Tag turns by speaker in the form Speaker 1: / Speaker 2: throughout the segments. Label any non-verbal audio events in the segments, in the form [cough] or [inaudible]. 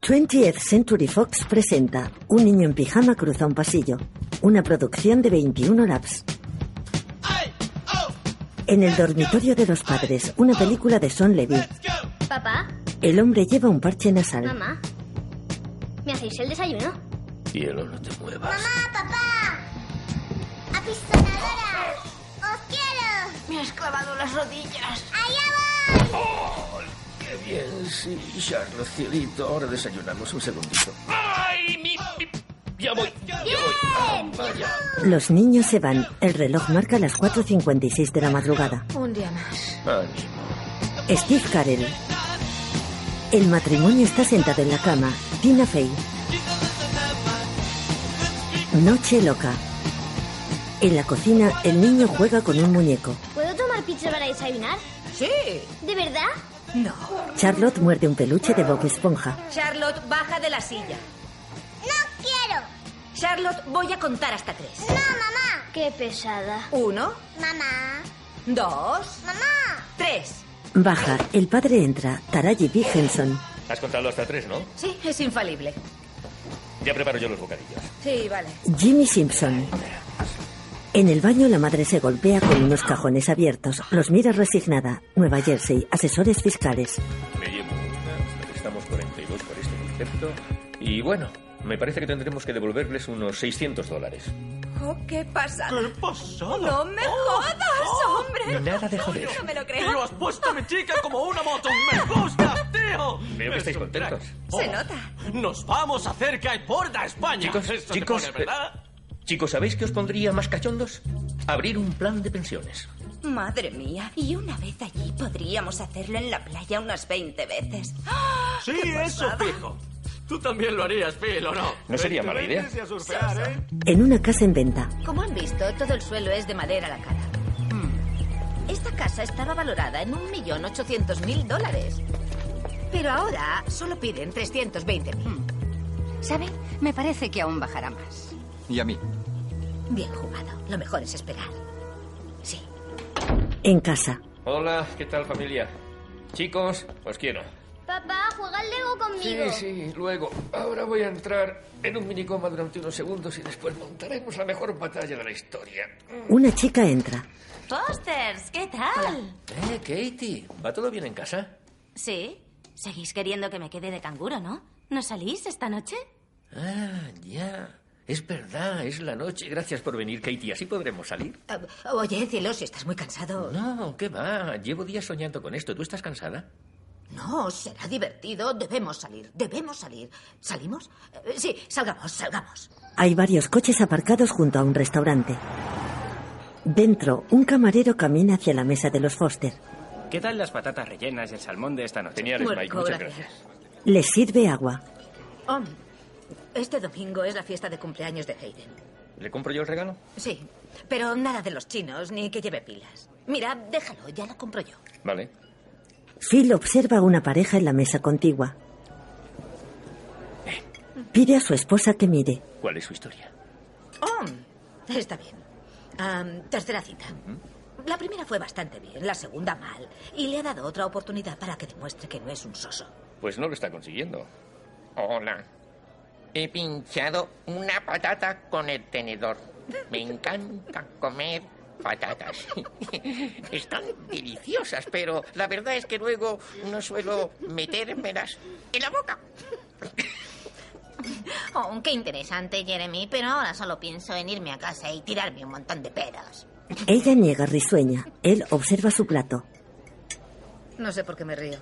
Speaker 1: 20th Century Fox presenta Un niño en pijama cruza un pasillo, una producción de 21 laps. En el dormitorio de los padres, una película de Son Levy.
Speaker 2: Papá,
Speaker 1: El hombre lleva un parche nasal.
Speaker 2: mamá, ¿me hacéis el desayuno?
Speaker 3: Cielo, no te muevas.
Speaker 2: ¡Mamá, papá! ¡Apisonadora! ¡Os quiero!
Speaker 4: Me has clavado las rodillas.
Speaker 2: ¡Allá voy!
Speaker 3: Qué bien, sí, Charles, cielito. Ahora desayunamos un segundito. ¡Ay, mi, mi- Ya voy, ya voy. Ah, vaya.
Speaker 1: Los niños se van. El reloj marca las 4.56 de la madrugada.
Speaker 4: Un día más.
Speaker 3: Ánimo.
Speaker 1: Steve Carell. El matrimonio está sentado en la cama. Tina Fey. Noche loca. En la cocina, el niño juega con un muñeco.
Speaker 2: ¿Puedo tomar pizza para desayunar?
Speaker 5: Sí.
Speaker 2: ¿De verdad?
Speaker 5: No.
Speaker 1: Charlotte muerde un peluche de Bob Esponja.
Speaker 5: Charlotte, baja de la silla.
Speaker 2: ¡No quiero!
Speaker 5: Charlotte, voy a contar hasta tres.
Speaker 2: ¡No, mamá! ¡Qué pesada!
Speaker 5: Uno,
Speaker 2: ¡Mamá!
Speaker 5: dos,
Speaker 2: ¡Mamá!
Speaker 5: tres.
Speaker 1: Baja. El padre entra. Taraji B. Henson.
Speaker 6: Has contado hasta tres, ¿no?
Speaker 5: Sí, es infalible.
Speaker 6: Ya preparo yo los bocadillos.
Speaker 5: Sí, vale.
Speaker 1: Jimmy Simpson. En el baño la madre se golpea con unos cajones abiertos. Los mira resignada. Nueva Jersey. Asesores fiscales.
Speaker 6: Me llevo una, estamos 42 por este concepto. Y bueno, me parece que tendremos que devolverles unos 600 dólares.
Speaker 5: Oh, ¿Qué pasa? ¿Qué No me jodas, hombre.
Speaker 6: Nada de joder.
Speaker 5: No me lo
Speaker 7: Tío,
Speaker 5: creo.
Speaker 7: has puesto a mi chica como una moto. ¡Me gusta, tío!
Speaker 6: Veo que
Speaker 7: Es
Speaker 6: estáis
Speaker 7: un
Speaker 6: contentos.
Speaker 7: crack.
Speaker 5: Se nota.
Speaker 7: Nos vamos a hacer caiporda, España.
Speaker 6: Chicos,
Speaker 7: Esto te
Speaker 6: chicos, eh,
Speaker 7: pone, ¿verdad?
Speaker 6: Chicos, ¿sabéis qué os pondría más cachondos? Abrir un plan de pensiones.
Speaker 5: Madre mía. Y una vez allí podríamos hacerlo en la playa unas 20 veces.
Speaker 7: sí, eso fijo. Tú también lo harías, Phil, ¿o no?
Speaker 6: No sería
Speaker 7: Vente,
Speaker 6: mala idea.
Speaker 7: vente a surfear, ¿eh?
Speaker 1: En una casa en venta.
Speaker 8: Como han visto, todo el suelo es de madera a la cara.
Speaker 9: Hmm.
Speaker 8: Mm. Esta casa estaba valorada en 1.800.000 dólares. Pero ahora solo piden
Speaker 9: Hmm.
Speaker 8: 320.000. ¿Sabe? Me parece que aún bajará más.
Speaker 9: Y a mí.
Speaker 8: Bien jugado. Lo mejor es esperar. Sí.
Speaker 1: En casa.
Speaker 6: Hola, ¿qué tal familia? Chicos, os quiero.
Speaker 2: Papá, juega al Lego
Speaker 6: Sí,
Speaker 2: conmigo.
Speaker 6: sí, luego. Ahora voy a entrar en un minicoma durante unos segundos y después montaremos la mejor batalla de la historia.
Speaker 1: Una chica entra.
Speaker 8: Posters, ¿qué tal?
Speaker 6: Eh, Katie, ¿va todo bien en casa?
Speaker 8: Sí. Seguís queriendo que me quede de canguro, ¿no? ¿No salís esta noche?
Speaker 6: Ah, ya. Es verdad, es la noche. Gracias por venir, Katie. ¿Así podremos salir?
Speaker 8: Ah,
Speaker 5: oye, cielo, si estás muy cansado.
Speaker 6: No, ¿qué va? Llevo días soñando con esto. ¿Tú estás cansada?
Speaker 5: No, será divertido. Debemos salir. Debemos salir. ¿Salimos? Eh, Sí, salgamos, salgamos.
Speaker 1: Hay varios coches aparcados junto a un restaurante. Dentro, un camarero camina hacia la mesa de los Foster.
Speaker 10: ¿Qué tal las patatas rellenas y el salmón de esta noche?
Speaker 6: Genial,
Speaker 5: Bueno,
Speaker 6: Mike. Muchas
Speaker 5: gracias.
Speaker 6: gracias.
Speaker 1: Les sirve agua.
Speaker 5: Om, este domingo es la fiesta de cumpleaños de Hayden.
Speaker 6: ¿Le compro yo el regalo?
Speaker 5: Sí, pero nada de los chinos ni que lleve pilas. Mira, déjalo, ya lo compro yo.
Speaker 6: Vale.
Speaker 1: Phil observa a una pareja en la mesa contigua. Pide a su esposa que mire.
Speaker 6: ¿Cuál es su historia?
Speaker 5: Om, está bien. Am, tercera cita. La primera fue bastante bien, la segunda mal. Y le ha dado otra oportunidad para que demuestre que no es un soso.
Speaker 6: Pues no lo está consiguiendo.
Speaker 11: Hola. He pinchado una patata con el tenedor. Me encanta comer patatas. [laughs] Están deliciosas, pero la verdad es que luego no suelo metérmelas en la boca.
Speaker 4: Oh, qué interesante, Jeremy, pero ahora solo pienso en irme a casa y tirarme un montón de pedos.
Speaker 1: Ella niega risueña. Él observa su plato.
Speaker 5: No sé por qué me río.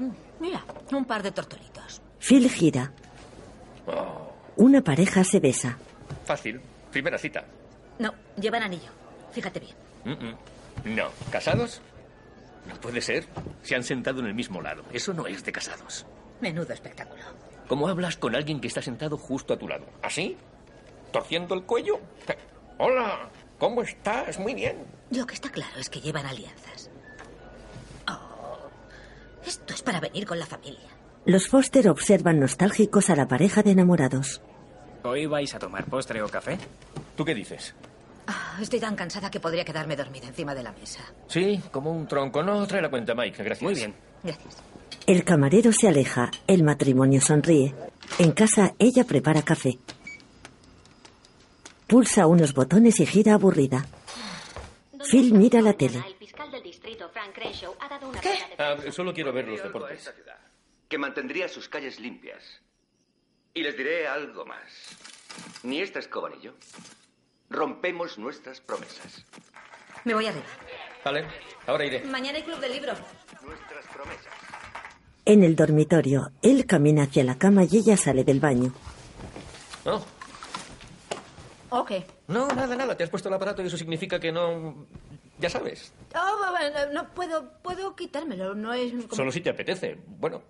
Speaker 5: Mm, Mira, un par de tortolitos.
Speaker 1: Phil gira. Una pareja se besa.
Speaker 6: Fácil. Primera cita.
Speaker 5: No, llevan anillo. Fíjate bien.
Speaker 6: Mm-mm. No. ¿Casados? No puede ser. Se han sentado en el mismo lado. Eso no es de casados.
Speaker 5: Menudo espectáculo.
Speaker 6: ¿Cómo hablas con alguien que está sentado justo a tu lado? ¿Así? ¿Torciendo el cuello? Hola, ¿cómo estás? Muy bien.
Speaker 5: Lo que está claro es que llevan alianzas. Oh, esto es para venir con la familia.
Speaker 1: Los Foster observan nostálgicos a la pareja de enamorados.
Speaker 10: ¿Hoy vais a tomar postre o café?
Speaker 6: ¿Tú qué dices?
Speaker 5: Ah, estoy tan cansada que podría quedarme dormida encima de la mesa.
Speaker 6: Sí, como un tronco. No, trae la cuenta, Mike. Gracias.
Speaker 10: Muy bien.
Speaker 5: Gracias.
Speaker 1: El camarero se aleja, el matrimonio sonríe. En casa ella prepara café. Pulsa unos botones y gira aburrida. Phil mira la tele.
Speaker 2: El fiscal del distrito, Frank Crenshaw, ha dado una rueda de
Speaker 6: Ah, solo quiero ver los deportes.
Speaker 12: que mantendría sus calles limpias. Y les diré algo más. Ni esta escoba ni yo. Rompemos nuestras promesas.
Speaker 5: Me voy arriba.
Speaker 6: Vale, ahora iré.
Speaker 5: Mañana hay club del libro.
Speaker 12: Nuestras promesas.
Speaker 1: En el dormitorio, él camina hacia la cama y ella sale del baño.
Speaker 5: Ok.
Speaker 6: No, nada, nada. Te has puesto el aparato y eso significa que no. Ya sabes.
Speaker 5: Oh, bueno, no puedo, puedo quitármelo. No es. como-
Speaker 6: Solo si te apetece. Bueno,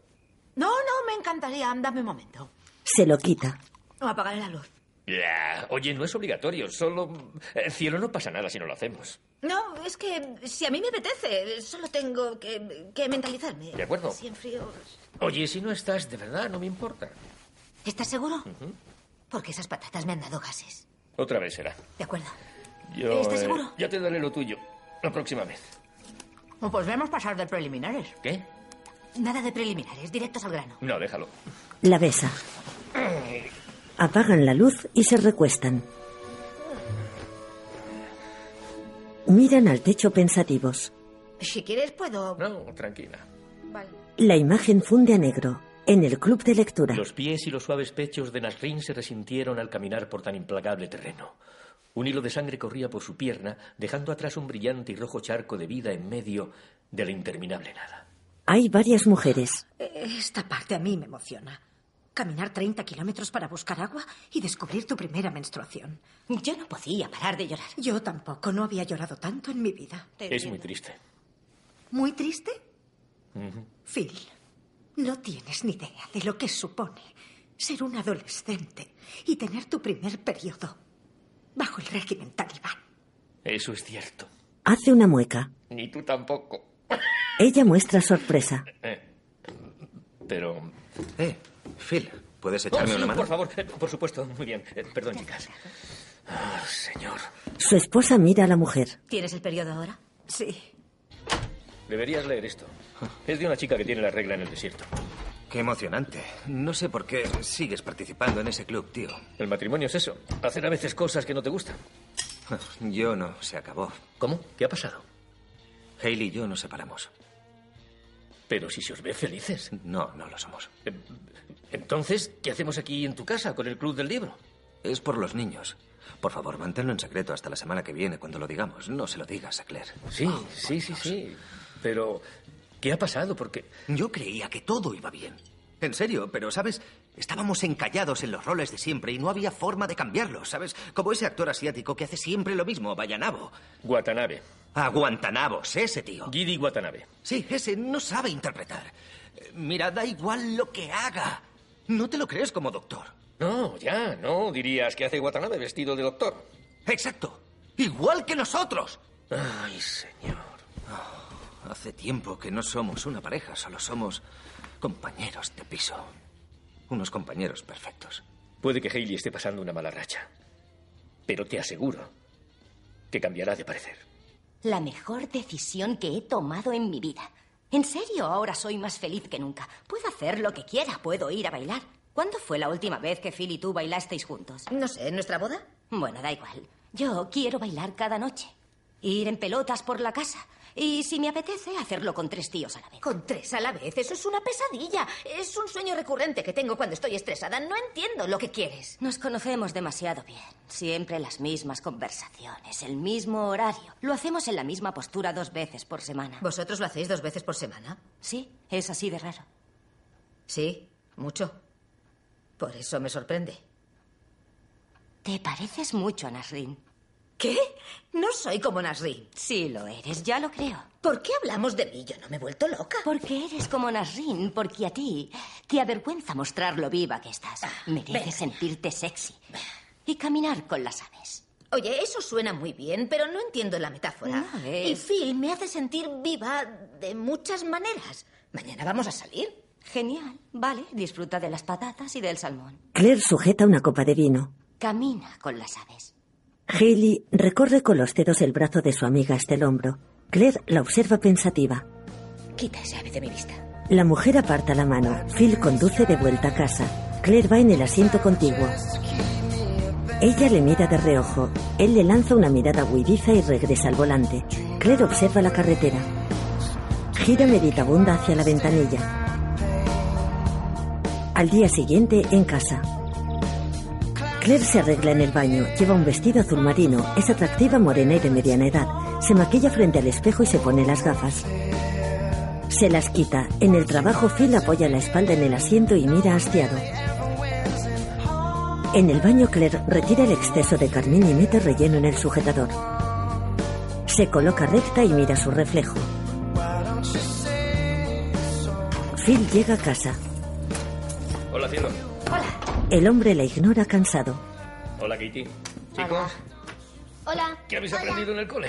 Speaker 5: No, no, me encantaría. Dame un momento.
Speaker 1: Se lo quita.
Speaker 5: O apagaré la luz.
Speaker 6: Ya, Oye, no es obligatorio, solo... eh, cielo, no pasa nada si no lo hacemos.
Speaker 5: No, es que si a mí me apetece, solo tengo que, que mentalizarme.
Speaker 6: De acuerdo.
Speaker 5: Si en frío.
Speaker 6: Oye, si no estás, de verdad, no me importa.
Speaker 5: ¿Estás seguro? Porque esas patatas me han dado gases.
Speaker 6: Otra vez será.
Speaker 5: De acuerdo.
Speaker 6: Yo, eh,
Speaker 5: ¿Estás seguro?
Speaker 6: Ya te daré lo tuyo, la próxima vez.
Speaker 5: O
Speaker 13: Pues
Speaker 5: podremos pasar de preliminares.
Speaker 6: ¿Qué?
Speaker 5: Nada de preliminares, directos al grano.
Speaker 6: No, déjalo.
Speaker 1: La besa. Apagan la luz y se recuestan. Miran al techo pensativos.
Speaker 5: Si quieres, puedo.
Speaker 6: No, tranquila.
Speaker 5: Vale.
Speaker 1: La imagen funde a negro. En el club de lectura,
Speaker 6: Los pies y los suaves pechos de Nasrin se resintieron al caminar por tan implacable terreno. Un hilo de sangre corría por su pierna, dejando atrás un brillante y rojo charco de vida en medio de la interminable nada.
Speaker 1: hay varias mujeres.
Speaker 5: Eh,
Speaker 13: Esta parte a mí me emociona. Caminar 30 kilómetros para buscar agua y descubrir tu primera menstruación. Yo no podía parar de llorar. Yo tampoco, no había llorado tanto en mi vida.
Speaker 6: Es muy triste.
Speaker 13: ¿Muy triste?
Speaker 6: Ujú.
Speaker 13: Phil, no tienes ni idea de lo que supone ser un adolescente y tener tu primer periodo bajo el régimen talibán.
Speaker 6: Eso es cierto.
Speaker 1: Hace una mueca.
Speaker 6: Ni tú tampoco.
Speaker 1: Ella muestra sorpresa.
Speaker 6: Pero...
Speaker 4: Eh, Phil, ¿puedes
Speaker 6: Oh,
Speaker 4: echarme
Speaker 6: sí,
Speaker 4: una mano?
Speaker 6: Por favor, Eh, por supuesto. Muy bien. Eh, perdón, chicas. Ah, señor.
Speaker 1: Su esposa mira a la mujer.
Speaker 5: ¿Tienes el periodo ahora?
Speaker 13: Sí.
Speaker 6: Deberías leer esto. Es de una chica que tiene la regla en el desierto.
Speaker 4: Qué emocionante. No sé por qué sigues participando en ese club, tío. [laughs]
Speaker 6: El matrimonio es eso. Hacer a veces cosas que no te gustan.
Speaker 4: Yo no, se acabó.
Speaker 6: ¿Cómo? ¿Qué ha pasado?
Speaker 4: Hayley y yo nos separamos.
Speaker 6: Pero si se os ve felices. Eh,
Speaker 4: No, no lo somos.
Speaker 6: Entonces, ¿qué hacemos aquí en tu casa con el club del libro?
Speaker 4: Es por los niños. Por favor, manténlo en secreto hasta la semana que viene cuando lo digamos. No se lo digas a Claire.
Speaker 6: Sí, sí,
Speaker 4: pues.
Speaker 6: sí, sí. Pero, ¿qué ha pasado? Porque...
Speaker 4: Yo creía que todo iba bien. En serio, pero sabes, estábamos encallados en los roles de siempre y no había forma de cambiarlos, ¿sabes? Como ese actor asiático que hace siempre lo mismo, Vallanabo.
Speaker 6: Guatanabe.
Speaker 4: A Guantanabos, ese tío.
Speaker 6: Gidi Watanabe.
Speaker 4: Sí, ese no sabe interpretar. Eh, Mira, da igual lo que haga. No te lo crees como doctor.
Speaker 6: No, ya, no. Dirías que hace Watanabe vestido de doctor.
Speaker 4: Exacto. Igual que nosotros. Oh,
Speaker 6: Ay, señor.
Speaker 4: Hace tiempo que no somos una pareja, solo somos compañeros de piso. Unos compañeros perfectos.
Speaker 6: Puede que Hailey esté pasando una mala racha. Pero te aseguro que cambiará de parecer.
Speaker 2: La mejor decisión que he tomado en mi vida. En serio, ahora soy más feliz que nunca. Puedo hacer lo que quiera, puedo ir a bailar. ¿Cuándo fue la última vez que Phil y tú bailasteis juntos? No sé, ¿en nuestra boda? Bueno, da igual. Yo quiero bailar cada noche. Ir en pelotas por la casa. Y si me apetece, hacerlo con tres tíos a la vez.
Speaker 5: Con tres a la vez, eso es una pesadilla. Es un sueño recurrente que tengo cuando estoy estresada. No entiendo lo que quieres.
Speaker 2: Nos conocemos demasiado bien. Siempre las mismas conversaciones, el mismo horario. Lo hacemos en la misma postura dos veces por semana.
Speaker 5: ¿Vosotros lo hacéis dos veces por semana?
Speaker 2: Sí, es así de raro.
Speaker 5: Sí, mucho. Por eso me sorprende.
Speaker 2: Te pareces mucho a Nasrin.
Speaker 5: ¿Qué? No soy como Nasrin.
Speaker 2: Sí, lo eres, ya lo creo.
Speaker 5: ¿Por qué hablamos de mí? Yo no me he vuelto loca.
Speaker 2: Porque eres como Nasrin, porque a ti te avergüenza mostrar lo viva que estás. Mereces
Speaker 5: Ah, venga.
Speaker 2: sentirte sexy y caminar con las aves.
Speaker 5: Oye, eso suena muy bien, pero no entiendo la metáfora.
Speaker 2: No, es-
Speaker 5: Y Phil me hace sentir viva de muchas maneras. Mañana vamos a salir.
Speaker 2: Genial, vale, disfruta de las patatas y del salmón.
Speaker 1: Claire sujeta una copa de vino.
Speaker 2: Camina con las aves.
Speaker 1: Hailey recorre con los dedos el brazo de su amiga hasta el hombro. Claire la observa pensativa.
Speaker 5: Quita ese ave de mi vista.
Speaker 1: La mujer aparta la mano. Phil conduce de vuelta a casa. Claire va en el asiento contiguo. Ella le mira de reojo. Él le lanza una mirada huidiza y regresa al volante. Claire observa la carretera. Gira meditabunda hacia la ventanilla. Al día siguiente, en casa. Claire se arregla en el baño, lleva un vestido azul marino, es atractiva, morena y de mediana edad. Se maquilla frente al espejo y se pone las gafas. Se las quita. En el trabajo, Phil apoya la espalda en el asiento y mira hastiado. En el baño, Claire retira el exceso de carmín y mete relleno en el sujetador. Se coloca recta y mira su reflejo. Phil llega a casa.
Speaker 6: Hola, cielo.
Speaker 1: El hombre la ignora cansado.
Speaker 6: Hola, Kitty. Chicos,
Speaker 2: Hola.
Speaker 6: ¿qué habéis aprendido en el cole?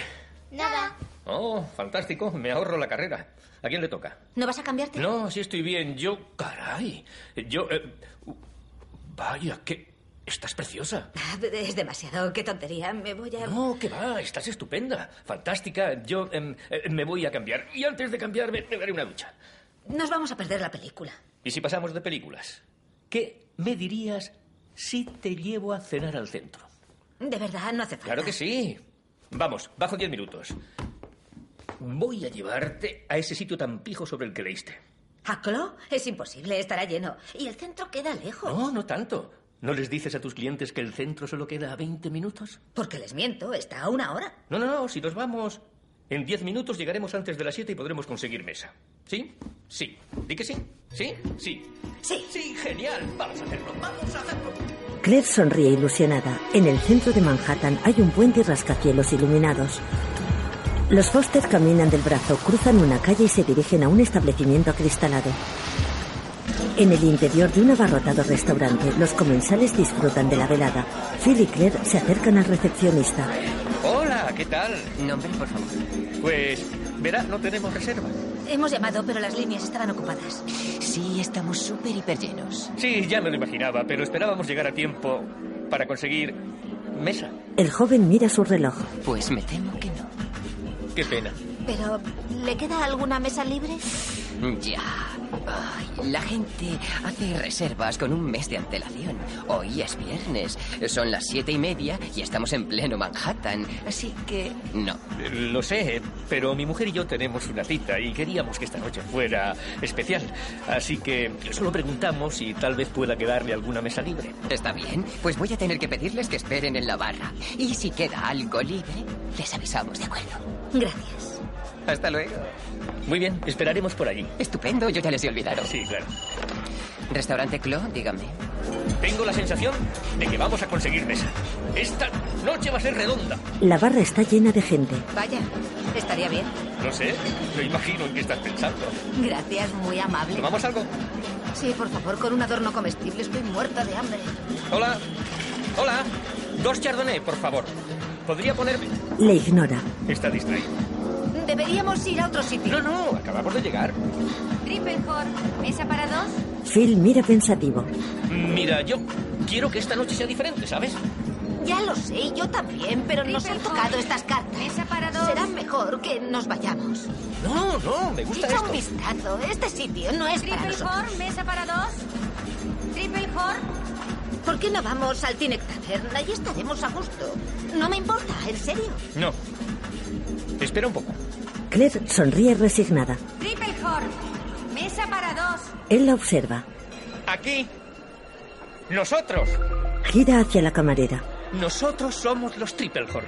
Speaker 2: Nada.
Speaker 6: Oh, fantástico. Me ahorro la carrera. ¿A quién le toca?
Speaker 5: ¿No vas a cambiarte?
Speaker 6: No, sí estoy bien. Yo, caray. Yo... eh, vaya, que... Estás preciosa.
Speaker 5: Ah, Es demasiado, qué tontería. Me voy a.
Speaker 6: No, que va, estás estupenda, fantástica. Yo em, eh, me voy a cambiar. Y antes de cambiarme, me daré una ducha.
Speaker 5: Nos vamos a perder la película.
Speaker 6: Y si pasamos de películas, ¿qué me dirías si te llevo a cenar al centro?
Speaker 5: De verdad, no hace falta.
Speaker 6: Claro que sí. Vamos, bajo diez minutos. Voy a llevarte a ese sitio tan pijo sobre el que leíste.
Speaker 5: ¿A Clo? Es imposible, estará lleno. Y el centro queda lejos.
Speaker 6: No, no tanto. ¿No les dices a tus clientes que el centro solo queda a 20 minutos?
Speaker 5: Porque les miento, está a una hora.
Speaker 6: No, no, no, si nos vamos... En 10 minutos llegaremos antes de las 7 y podremos conseguir mesa. ¿Sí? Sí. ¿Di que sí? ¿Sí? Sí.
Speaker 5: Sí.
Speaker 6: Sí, genial. Vamos a hacerlo. Vamos a hacerlo.
Speaker 1: Claire sonríe ilusionada. En el centro de Manhattan hay un puente y rascacielos iluminados. Los Foster caminan del brazo, cruzan una calle y se dirigen a un establecimiento acristalado. En el interior de un abarrotado restaurante, los comensales disfrutan de la velada. Phil y Claire se acercan al recepcionista.
Speaker 11: Hola, ¿qué tal? Nombre, por favor. Pues, verá, no tenemos reserva.
Speaker 5: Hemos llamado, pero las líneas estaban ocupadas.
Speaker 8: Sí, estamos súper hiper llenos.
Speaker 6: Sí, ya me lo imaginaba, pero esperábamos llegar a tiempo para conseguir mesa.
Speaker 1: El joven mira su reloj.
Speaker 8: Pues me temo que no.
Speaker 6: Qué pena.
Speaker 5: Pero, ¿le queda alguna mesa libre?
Speaker 8: Ya. Ay, la gente hace reservas con un mes de antelación. Hoy es viernes. Son las siete y media y estamos en pleno Manhattan. Así que no.
Speaker 6: Lo sé, pero mi mujer y yo tenemos una cita y queríamos que esta noche fuera especial. Así que solo preguntamos si tal vez pueda quedarle alguna mesa libre.
Speaker 8: Está bien, pues voy a tener que pedirles que esperen en la barra. Y si queda algo libre, les avisamos, ¿de acuerdo?
Speaker 5: Gracias.
Speaker 8: Hasta luego.
Speaker 6: Muy bien, esperaremos por allí.
Speaker 8: Estupendo, yo ya les he olvidado.
Speaker 6: Sí, claro.
Speaker 8: Restaurante Clo, dígame.
Speaker 6: Tengo la sensación de que vamos a conseguir mesa. Esta noche va a ser redonda.
Speaker 1: La barra está llena de gente.
Speaker 5: Vaya, estaría bien.
Speaker 6: No sé, no imagino en qué estás pensando.
Speaker 5: Gracias, muy amable.
Speaker 6: ¿Tomamos algo?
Speaker 5: Sí, por favor, con un adorno comestible. Estoy muerta de hambre.
Speaker 6: Hola, hola. Dos chardonnay, por favor. ¿Podría ponerme?
Speaker 1: Le ignora.
Speaker 6: Está distraído.
Speaker 5: Deberíamos ir a otro sitio.
Speaker 6: No, acabamos de llegar.
Speaker 2: Trippelhorn, mesa para dos.
Speaker 1: Phil mira pensativo.
Speaker 6: Mira, yo quiero que esta noche sea diferente, ¿sabes?
Speaker 5: Ya lo sé, yo también, pero nos han tocado estas cartas. Será mejor que nos vayamos.
Speaker 6: No, no, me gusta
Speaker 5: Echa
Speaker 6: esto.
Speaker 5: un vistazo. Este sitio no es para nosotros.
Speaker 2: Trippelhorn, mesa para dos. Trippelhorn.
Speaker 5: ¿Por qué no vamos al Tinec Tavern? Allí estaremos a gusto. No me importa, en serio.
Speaker 6: No. Espera un poco.
Speaker 1: Claire sonríe resignada.
Speaker 2: Trippelhorn, mesa para dos.
Speaker 1: Él la observa.
Speaker 11: Aquí, nosotros,
Speaker 1: Gira hacia la camarera.
Speaker 11: nosotros somos los Triplehorn.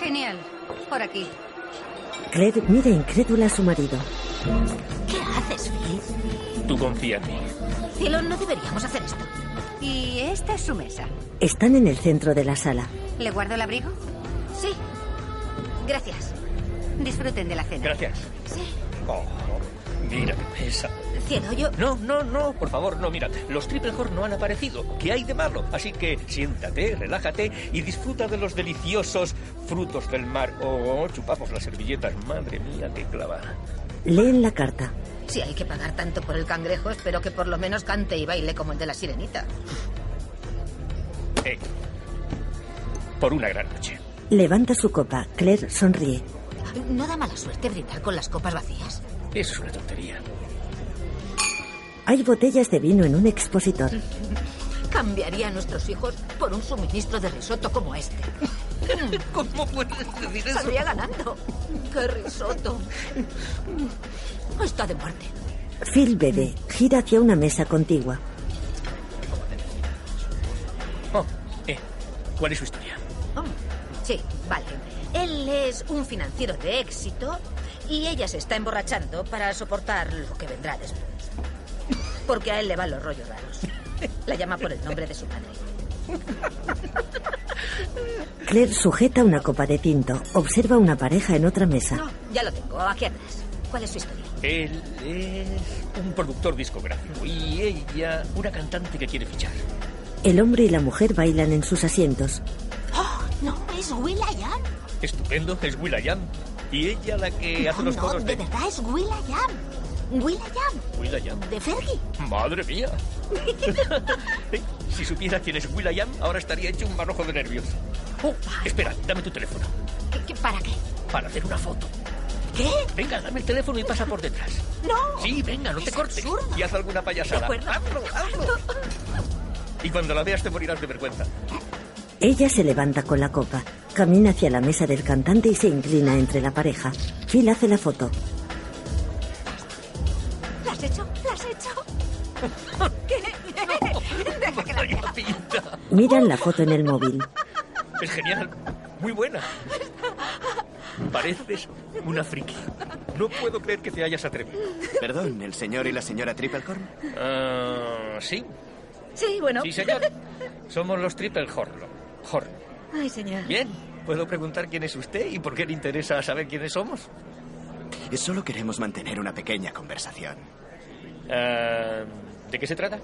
Speaker 14: Genial. Por aquí.
Speaker 1: Claire mira incrédula a su marido.
Speaker 5: ¿Qué haces, Phil?
Speaker 6: Tú confía en mí.
Speaker 5: Cielo, no deberíamos hacer esto.
Speaker 14: Y esta es su mesa.
Speaker 1: Están en el centro de la sala.
Speaker 14: ¿Le guardo el abrigo?
Speaker 5: Sí. Gracias.
Speaker 14: Disfruten de la cena.
Speaker 6: Gracias.
Speaker 5: Sí.
Speaker 6: Oh, mira qué pesa.
Speaker 5: Cielo, yo...
Speaker 6: No, no, no, por favor, no, mira. Los Triplehorn no han aparecido. ¿Qué hay de malo? Así que siéntate, relájate y disfruta de los deliciosos frutos del mar. Oh, chupamos las servilletas. Madre mía, qué clavada.
Speaker 1: Leen la carta.
Speaker 5: Si hay que pagar tanto por el cangrejo, espero que por lo menos cante y baile como el de la sirenita.
Speaker 6: Eh, por una gran noche.
Speaker 1: Levanta su copa. Claire sonríe.
Speaker 5: ¿No da mala suerte brindar con las copas vacías?
Speaker 6: Eso es una tontería.
Speaker 1: Hay botellas de vino en un expositor.
Speaker 15: Cambiaría a nuestros hijos por un suministro de risotto como este.
Speaker 16: [laughs] ¿Cómo puedes decir eso?
Speaker 15: Saldría ganando. ¡Qué risotto! Está de muerte.
Speaker 1: Phil bebe, gira hacia una mesa contigua.
Speaker 6: Oh, eh, ¿cuál es su historia?
Speaker 15: Sí, vale. Él es un financiero de éxito y ella se está emborrachando para soportar lo que vendrá después. Porque a él le van los rollos raros. La llama por el nombre de su madre.
Speaker 1: Claire sujeta una copa de tinto, observa una pareja en otra mesa.
Speaker 15: No, ya lo tengo, aquí atrás. ¿Cuál es su historia?
Speaker 6: Él es un productor discográfico y ella una cantante que quiere fichar.
Speaker 1: El hombre y la mujer bailan en sus asientos.
Speaker 5: No, es Will.i.am.
Speaker 6: Estupendo, es Will.i.am. Y ella la que hace
Speaker 5: No,
Speaker 6: los
Speaker 5: Oh, no,
Speaker 6: coros
Speaker 5: de
Speaker 6: de...
Speaker 5: verdad es Will.i.am. Will.i.am,
Speaker 6: Will.i.am.
Speaker 5: de Fergie.
Speaker 6: ¡Madre [laughs] mía! si supiera quién es Will.i.am, ahora estaría hecho un barrojo de nervios. Espera, dame tu teléfono.
Speaker 5: ¿Qué- qué- para qué?
Speaker 6: Para hacer una foto.
Speaker 5: ¿Qué?
Speaker 6: Venga, dame el teléfono y pasa por detrás.
Speaker 5: No.
Speaker 6: Sí, venga, no te cortes. Y haz alguna payasada.
Speaker 5: hazlo,
Speaker 6: [laughs] hazlo. Y cuando la veas te morirás de vergüenza.
Speaker 1: Ella se levanta con la copa, camina hacia la mesa del cantante y se inclina entre la pareja. Phil hace la foto.
Speaker 5: ¿La has hecho? ¿La has hecho?
Speaker 6: [laughs]
Speaker 5: ¿Qué? [laughs] Deja que la vea.
Speaker 1: Miran la foto en el móvil.
Speaker 6: Es genial. Muy buena. Pareces una friki. No puedo creer que te hayas atrevido.
Speaker 4: Perdón, ¿el señor y la señora Triplehorn?
Speaker 6: Ah, sí.
Speaker 15: Sí, bueno.
Speaker 6: Sí, señor. Somos los Triple Horn. Horn.
Speaker 15: Ay, señor.
Speaker 6: Bien. ¿Puedo preguntar quién es usted y por qué le interesa saber quiénes somos?
Speaker 4: Solo queremos mantener una pequeña conversación.
Speaker 6: Ah, ¿De qué se trata?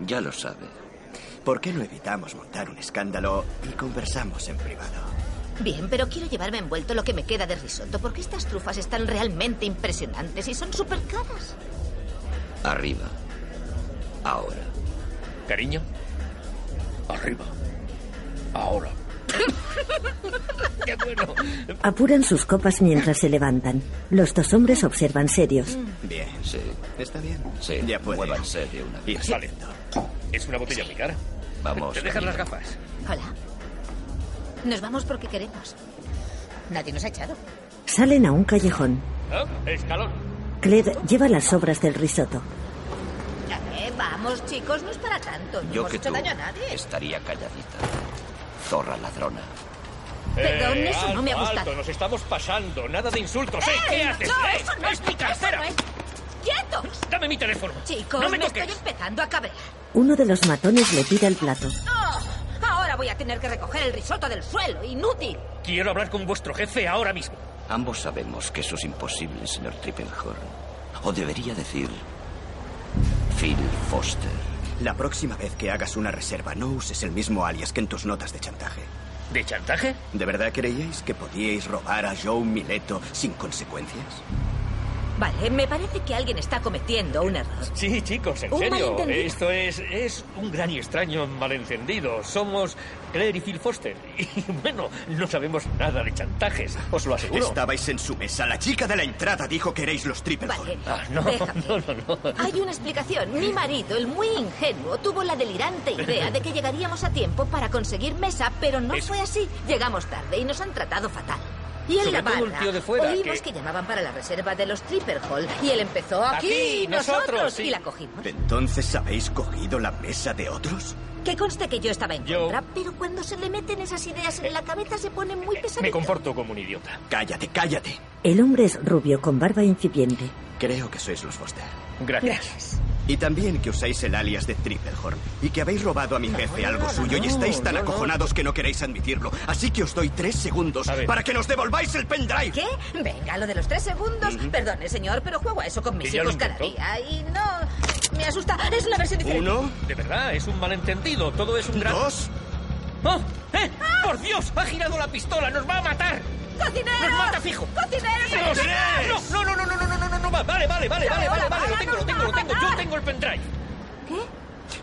Speaker 4: Ya lo sabe. ¿Por qué no evitamos montar un escándalo y conversamos en privado?
Speaker 5: Bien, pero quiero llevarme envuelto lo que me queda de risotto porque estas trufas están realmente impresionantes y son súper caras.
Speaker 6: Arriba. Ahora. Cariño. Arriba. Ahora. [laughs] ¡Qué bueno!
Speaker 1: Apuran sus copas mientras se levantan. Los dos hombres observan serios.
Speaker 4: Bien. Sí. ¿Está bien?
Speaker 17: Sí.
Speaker 4: Ya puede.
Speaker 17: Muévanse de una vez.
Speaker 6: Vale. Es una botella muy cara.
Speaker 17: Vamos.
Speaker 6: ¿Te dejas las gafas?
Speaker 5: Hola. Nos vamos porque queremos. Nadie nos ha echado.
Speaker 1: Salen a un callejón.
Speaker 6: ¿Ah? Escalón.
Speaker 1: Claire lleva las sobras del risotto.
Speaker 5: A ver, eh, vamos, chicos, no es para tanto. No
Speaker 17: Yo
Speaker 5: hemos
Speaker 17: que
Speaker 5: hecho
Speaker 17: tú
Speaker 5: daño a nadie.
Speaker 17: estaría calladita. Zorra ladrona.
Speaker 5: Perdón, eso no me ha
Speaker 6: Eh, alto,
Speaker 5: gustado.
Speaker 6: alto, nos estamos pasando. Nada de insultos. ¿eh?
Speaker 5: ¡Eh,
Speaker 6: ¿Qué haces?
Speaker 5: no,
Speaker 6: ¡Eh!
Speaker 5: eso no
Speaker 6: ¡Es mi cartera!
Speaker 5: ¡Quietos!
Speaker 6: ¡Dame mi teléfono!
Speaker 5: Chicos,
Speaker 6: ¡No me
Speaker 5: me estoy
Speaker 6: toques!
Speaker 5: empezando a cabrear.
Speaker 1: Uno de los matones le tira el plato.
Speaker 5: ¡Oh! Ahora voy a tener que recoger el risotto del suelo. ¡Inútil!
Speaker 6: Quiero hablar con vuestro jefe ahora mismo.
Speaker 17: Ambos sabemos que eso es imposible, señor Triplehorn. O debería decir. Phil Foster.
Speaker 4: La próxima vez que hagas una reserva, no uses el mismo alias que en tus notas de chantaje.
Speaker 6: ¿De chantaje?
Speaker 4: ¿De verdad creíais que podíais robar a Joe Mileto sin consecuencias?
Speaker 15: Vale, me parece que alguien está cometiendo un error.
Speaker 6: Sí, chicos, en
Speaker 15: Un
Speaker 6: serio.
Speaker 15: malentendido.
Speaker 6: Esto es, es un gran y extraño malentendido. Somos Claire y Phil Foster. [laughs] Y bueno, no sabemos nada de chantajes, os lo aseguro.
Speaker 4: Estabais en su mesa. La chica de la entrada dijo que erais los Triplehorn.
Speaker 5: Vale.
Speaker 6: Ah, no, [laughs]
Speaker 5: [laughs] Déjame.
Speaker 6: no, no, no.
Speaker 5: Hay una explicación. Mi marido, el muy ingenuo, tuvo la delirante idea de que llegaríamos a tiempo para conseguir mesa, pero no fue así. Llegamos tarde y nos han tratado fatal. Y en
Speaker 15: Sobre
Speaker 5: la
Speaker 15: todo
Speaker 5: barra
Speaker 15: el tío de fuera,
Speaker 5: oímos
Speaker 15: que-
Speaker 5: que... llamaban para la reserva de los Tripper Hall y él empezó aquí,
Speaker 15: Aquí,
Speaker 5: nosotros,
Speaker 15: nosotros, sí.
Speaker 5: y la cogimos.
Speaker 4: ¿Entonces habéis cogido la mesa de otros?
Speaker 5: Que conste que yo estaba en contra, pero cuando se le meten esas ideas en la cabeza se pone
Speaker 15: Eh,
Speaker 5: muy pesadito.
Speaker 6: comporto como un idiota.
Speaker 4: Cállate, cállate.
Speaker 1: El hombre es rubio con barba incipiente.
Speaker 4: Creo que sois los Foster.
Speaker 6: Gracias.
Speaker 4: Y también que usáis el alias de Triplehorn y que habéis robado a mi jefe
Speaker 6: no,
Speaker 4: algo
Speaker 6: no,
Speaker 4: suyo y
Speaker 6: no,
Speaker 4: estáis tan
Speaker 6: no, no.
Speaker 4: acojonados que no queréis admitirlo. Así que os doy tres segundos para que nos devolváis el pendrive.
Speaker 15: ¿Qué? Venga, lo de los tres segundos. Perdone, señor, pero juego a eso con mis
Speaker 6: ¿Que ya lo
Speaker 15: hijos cada
Speaker 6: intentó?
Speaker 15: día y no. Me asusta. Es una versión diferente.
Speaker 6: De verdad, es un malentendido. Todo es un gran... ¿Dos? ¡Oh! ¡Eh! ¡Por Dios! ¡Ha girado la pistola! ¡Nos va a matar!
Speaker 15: ¡Cocinero!
Speaker 6: ¡Nos mata fijo!
Speaker 15: ¡Cocinero!
Speaker 6: ¡Vamos! ¡No, no, no, no, no, no, no, no, no! va- Vale, vale, vale, vale,
Speaker 15: Pero
Speaker 6: vale,
Speaker 15: la
Speaker 6: vale, lo
Speaker 15: bala
Speaker 6: tengo, lo
Speaker 15: nos
Speaker 6: tengo,
Speaker 15: va a
Speaker 6: lo tengo. Yo tengo el pendrive.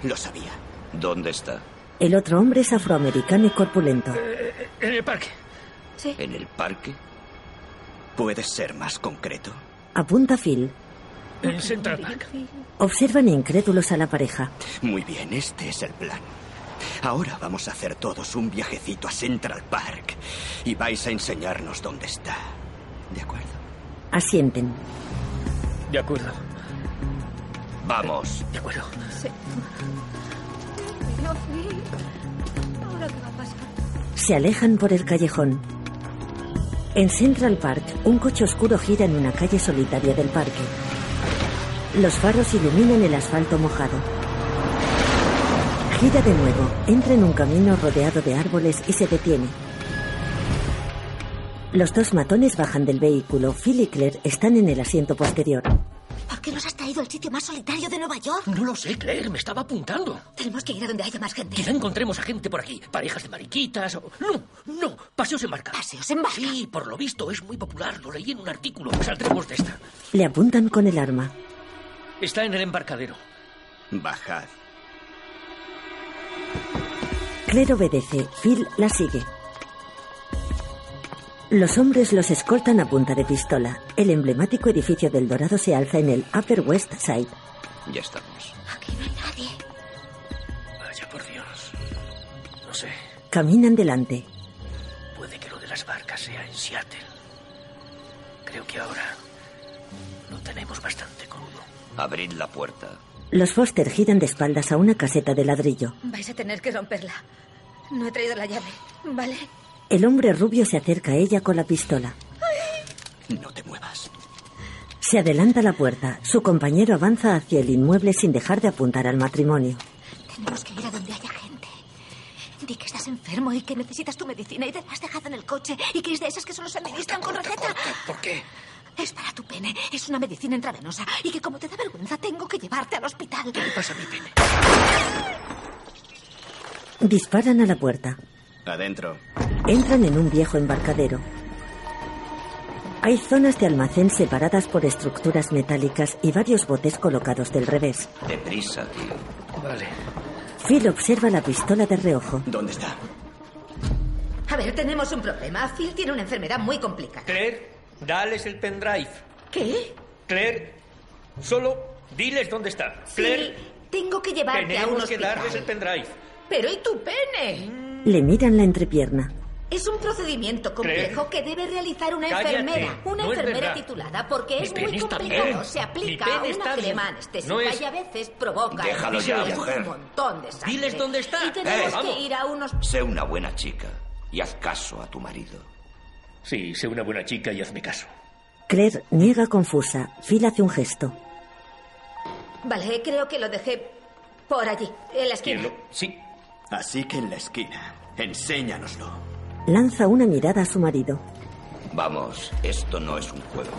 Speaker 4: Lo sabía.
Speaker 17: ¿Dónde está?
Speaker 1: El otro hombre es afroamericano y corpulento.
Speaker 6: En el parque.
Speaker 17: Sí. ¿En el parque?
Speaker 4: ¿Puedes ser más concreto?
Speaker 1: Apunta Phil.
Speaker 18: En Central Park.
Speaker 1: Observan incrédulos a la pareja.
Speaker 4: Muy bien, este es el plan. Ahora vamos a hacer todos un viajecito a Central Park y vais a enseñarnos dónde está. ¿De acuerdo?
Speaker 1: Asienten.
Speaker 6: De acuerdo.
Speaker 4: Vamos.
Speaker 6: De acuerdo.
Speaker 19: ¿Ahora qué va a pasar?
Speaker 1: Se alejan por el callejón. En Central Park, un coche oscuro gira en una calle solitaria del parque. Los faros iluminan el asfalto mojado. Gira de nuevo, entra en un camino rodeado de árboles y se detiene. Los dos matones bajan del vehículo. Phil y Claire están en el asiento posterior.
Speaker 20: ¿Por qué nos has traído al sitio más solitario de Nueva York?
Speaker 18: No lo sé, Claire, me estaba apuntando.
Speaker 20: Tenemos que ir a donde haya más gente.
Speaker 18: Quizá encontremos a gente por aquí, parejas de mariquitas o... No, no, paseos en barca. ¿Paseos
Speaker 20: en barca?
Speaker 18: Sí, por lo visto es muy popular, lo leí en un artículo. Saldremos de esta.
Speaker 1: Le apuntan con el arma.
Speaker 18: Está en el embarcadero.
Speaker 4: Bajad.
Speaker 1: Claire obedece. Phil la sigue. Los hombres los escoltan a punta de pistola. El emblemático edificio del Dorado se alza en el Upper West Side.
Speaker 4: Ya estamos.
Speaker 18: Vaya por Dios. No sé,
Speaker 1: Caminan delante.
Speaker 18: puede que lo de las barcas sea en Seattle. Creo que ahora lo tenemos bastante crudo.
Speaker 4: Abrid la puerta.
Speaker 1: Los Foster giran de espaldas a una caseta de ladrillo.
Speaker 5: Vais a tener que romperla. No he traído la llave, ¿vale?
Speaker 1: El hombre rubio se acerca a ella con la pistola.
Speaker 4: No te muevas.
Speaker 1: Se adelanta a la puerta. Su compañero avanza hacia el inmueble sin dejar de apuntar al matrimonio.
Speaker 20: Tenemos que ir a donde haya gente. Di que estás enfermo y que necesitas tu medicina y te la has dejado en el coche y que es de esas que solo se administran con receta.
Speaker 18: ¿Por qué?
Speaker 20: Es para tu pene. Es una medicina intravenosa y que como te da vergüenza tengo que llevarte al hospital. ¿Qué
Speaker 18: pasa a mi pene?
Speaker 1: Disparan a la puerta.
Speaker 4: Adentro.
Speaker 1: Entran en un viejo embarcadero. Hay zonas de almacén separadas por estructuras metálicas y varios botes colocados del revés.
Speaker 4: Deprisa, tío.
Speaker 18: Vale.
Speaker 1: Phil observa la pistola de reojo.
Speaker 4: ¿Dónde está?
Speaker 5: A ver, tenemos un problema. Phil tiene una enfermedad muy complicada.
Speaker 15: Claire, dales el pendrive.
Speaker 5: ¿Qué?
Speaker 15: Claire, solo diles dónde está. Claire,
Speaker 5: Phil, tengo que llevarte a un
Speaker 15: tenemos que
Speaker 5: hospital.
Speaker 15: darles el pendrive.
Speaker 5: Pero ¿y tu pene?
Speaker 1: Le miran la entrepierna.
Speaker 5: Es un procedimiento complejo que debe realizar una
Speaker 15: Cállate,
Speaker 5: enfermera, una
Speaker 15: no es
Speaker 5: enfermera
Speaker 15: verdad.
Speaker 5: titulada, porque
Speaker 15: Mi
Speaker 5: es
Speaker 15: pene
Speaker 5: muy
Speaker 15: está
Speaker 5: complicado.
Speaker 15: bien.
Speaker 5: Se
Speaker 15: Mi
Speaker 5: aplica
Speaker 15: pene
Speaker 5: una
Speaker 15: está bien.
Speaker 5: crema anestésica
Speaker 15: No es-
Speaker 5: y a veces provoca
Speaker 4: Déjalo ya,
Speaker 5: hemorragias,
Speaker 4: mujer.
Speaker 5: un montón de sangre.
Speaker 15: Diles dónde está.
Speaker 5: Y tenemos
Speaker 4: Eh, vamos.
Speaker 5: que ir a unos
Speaker 4: Sé una buena chica y haz caso a tu marido.
Speaker 6: Sí, sé una buena chica y hazme caso.
Speaker 1: Claire niega confusa. Phil hace un gesto.
Speaker 5: Vale, eh, creo que lo dejé por allí, en la esquina.
Speaker 4: Sí. Así que en la esquina. Enséñanoslo.
Speaker 1: Lanza una mirada a su marido.
Speaker 4: Vamos, esto no es un juego.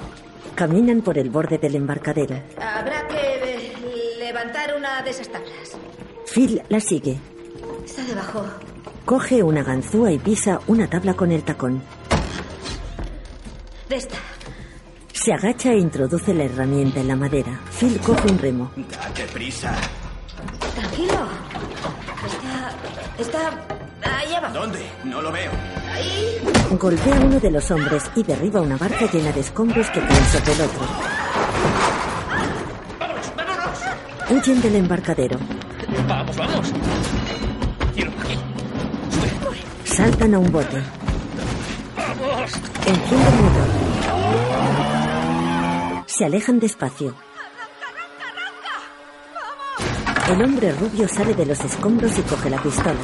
Speaker 1: Caminan por el borde del embarcadero.
Speaker 5: Habrá que eh, levantar una de esas tablas.
Speaker 1: Phil la sigue.
Speaker 5: Está debajo.
Speaker 1: Coge una ganzúa y pisa una tabla con el tacón.
Speaker 5: De esta.
Speaker 1: Se agacha e introduce la herramienta en la madera. Phil coge un remo.
Speaker 4: Date prisa.
Speaker 5: Tranquilo. Está. Está. Ahí abajo.
Speaker 4: ¿Dónde? No lo veo.
Speaker 5: Ahí.
Speaker 1: Golpea a uno de los hombres y derriba una barca llena de escombros que caen sobre el otro. Huyen del embarcadero.
Speaker 18: Vamos, vamos. Quiero aquí.
Speaker 1: Saltan a un bote.
Speaker 18: Vamos.
Speaker 1: Encienden el motor. Se alejan despacio. El hombre rubio sale de los escombros y coge la pistola.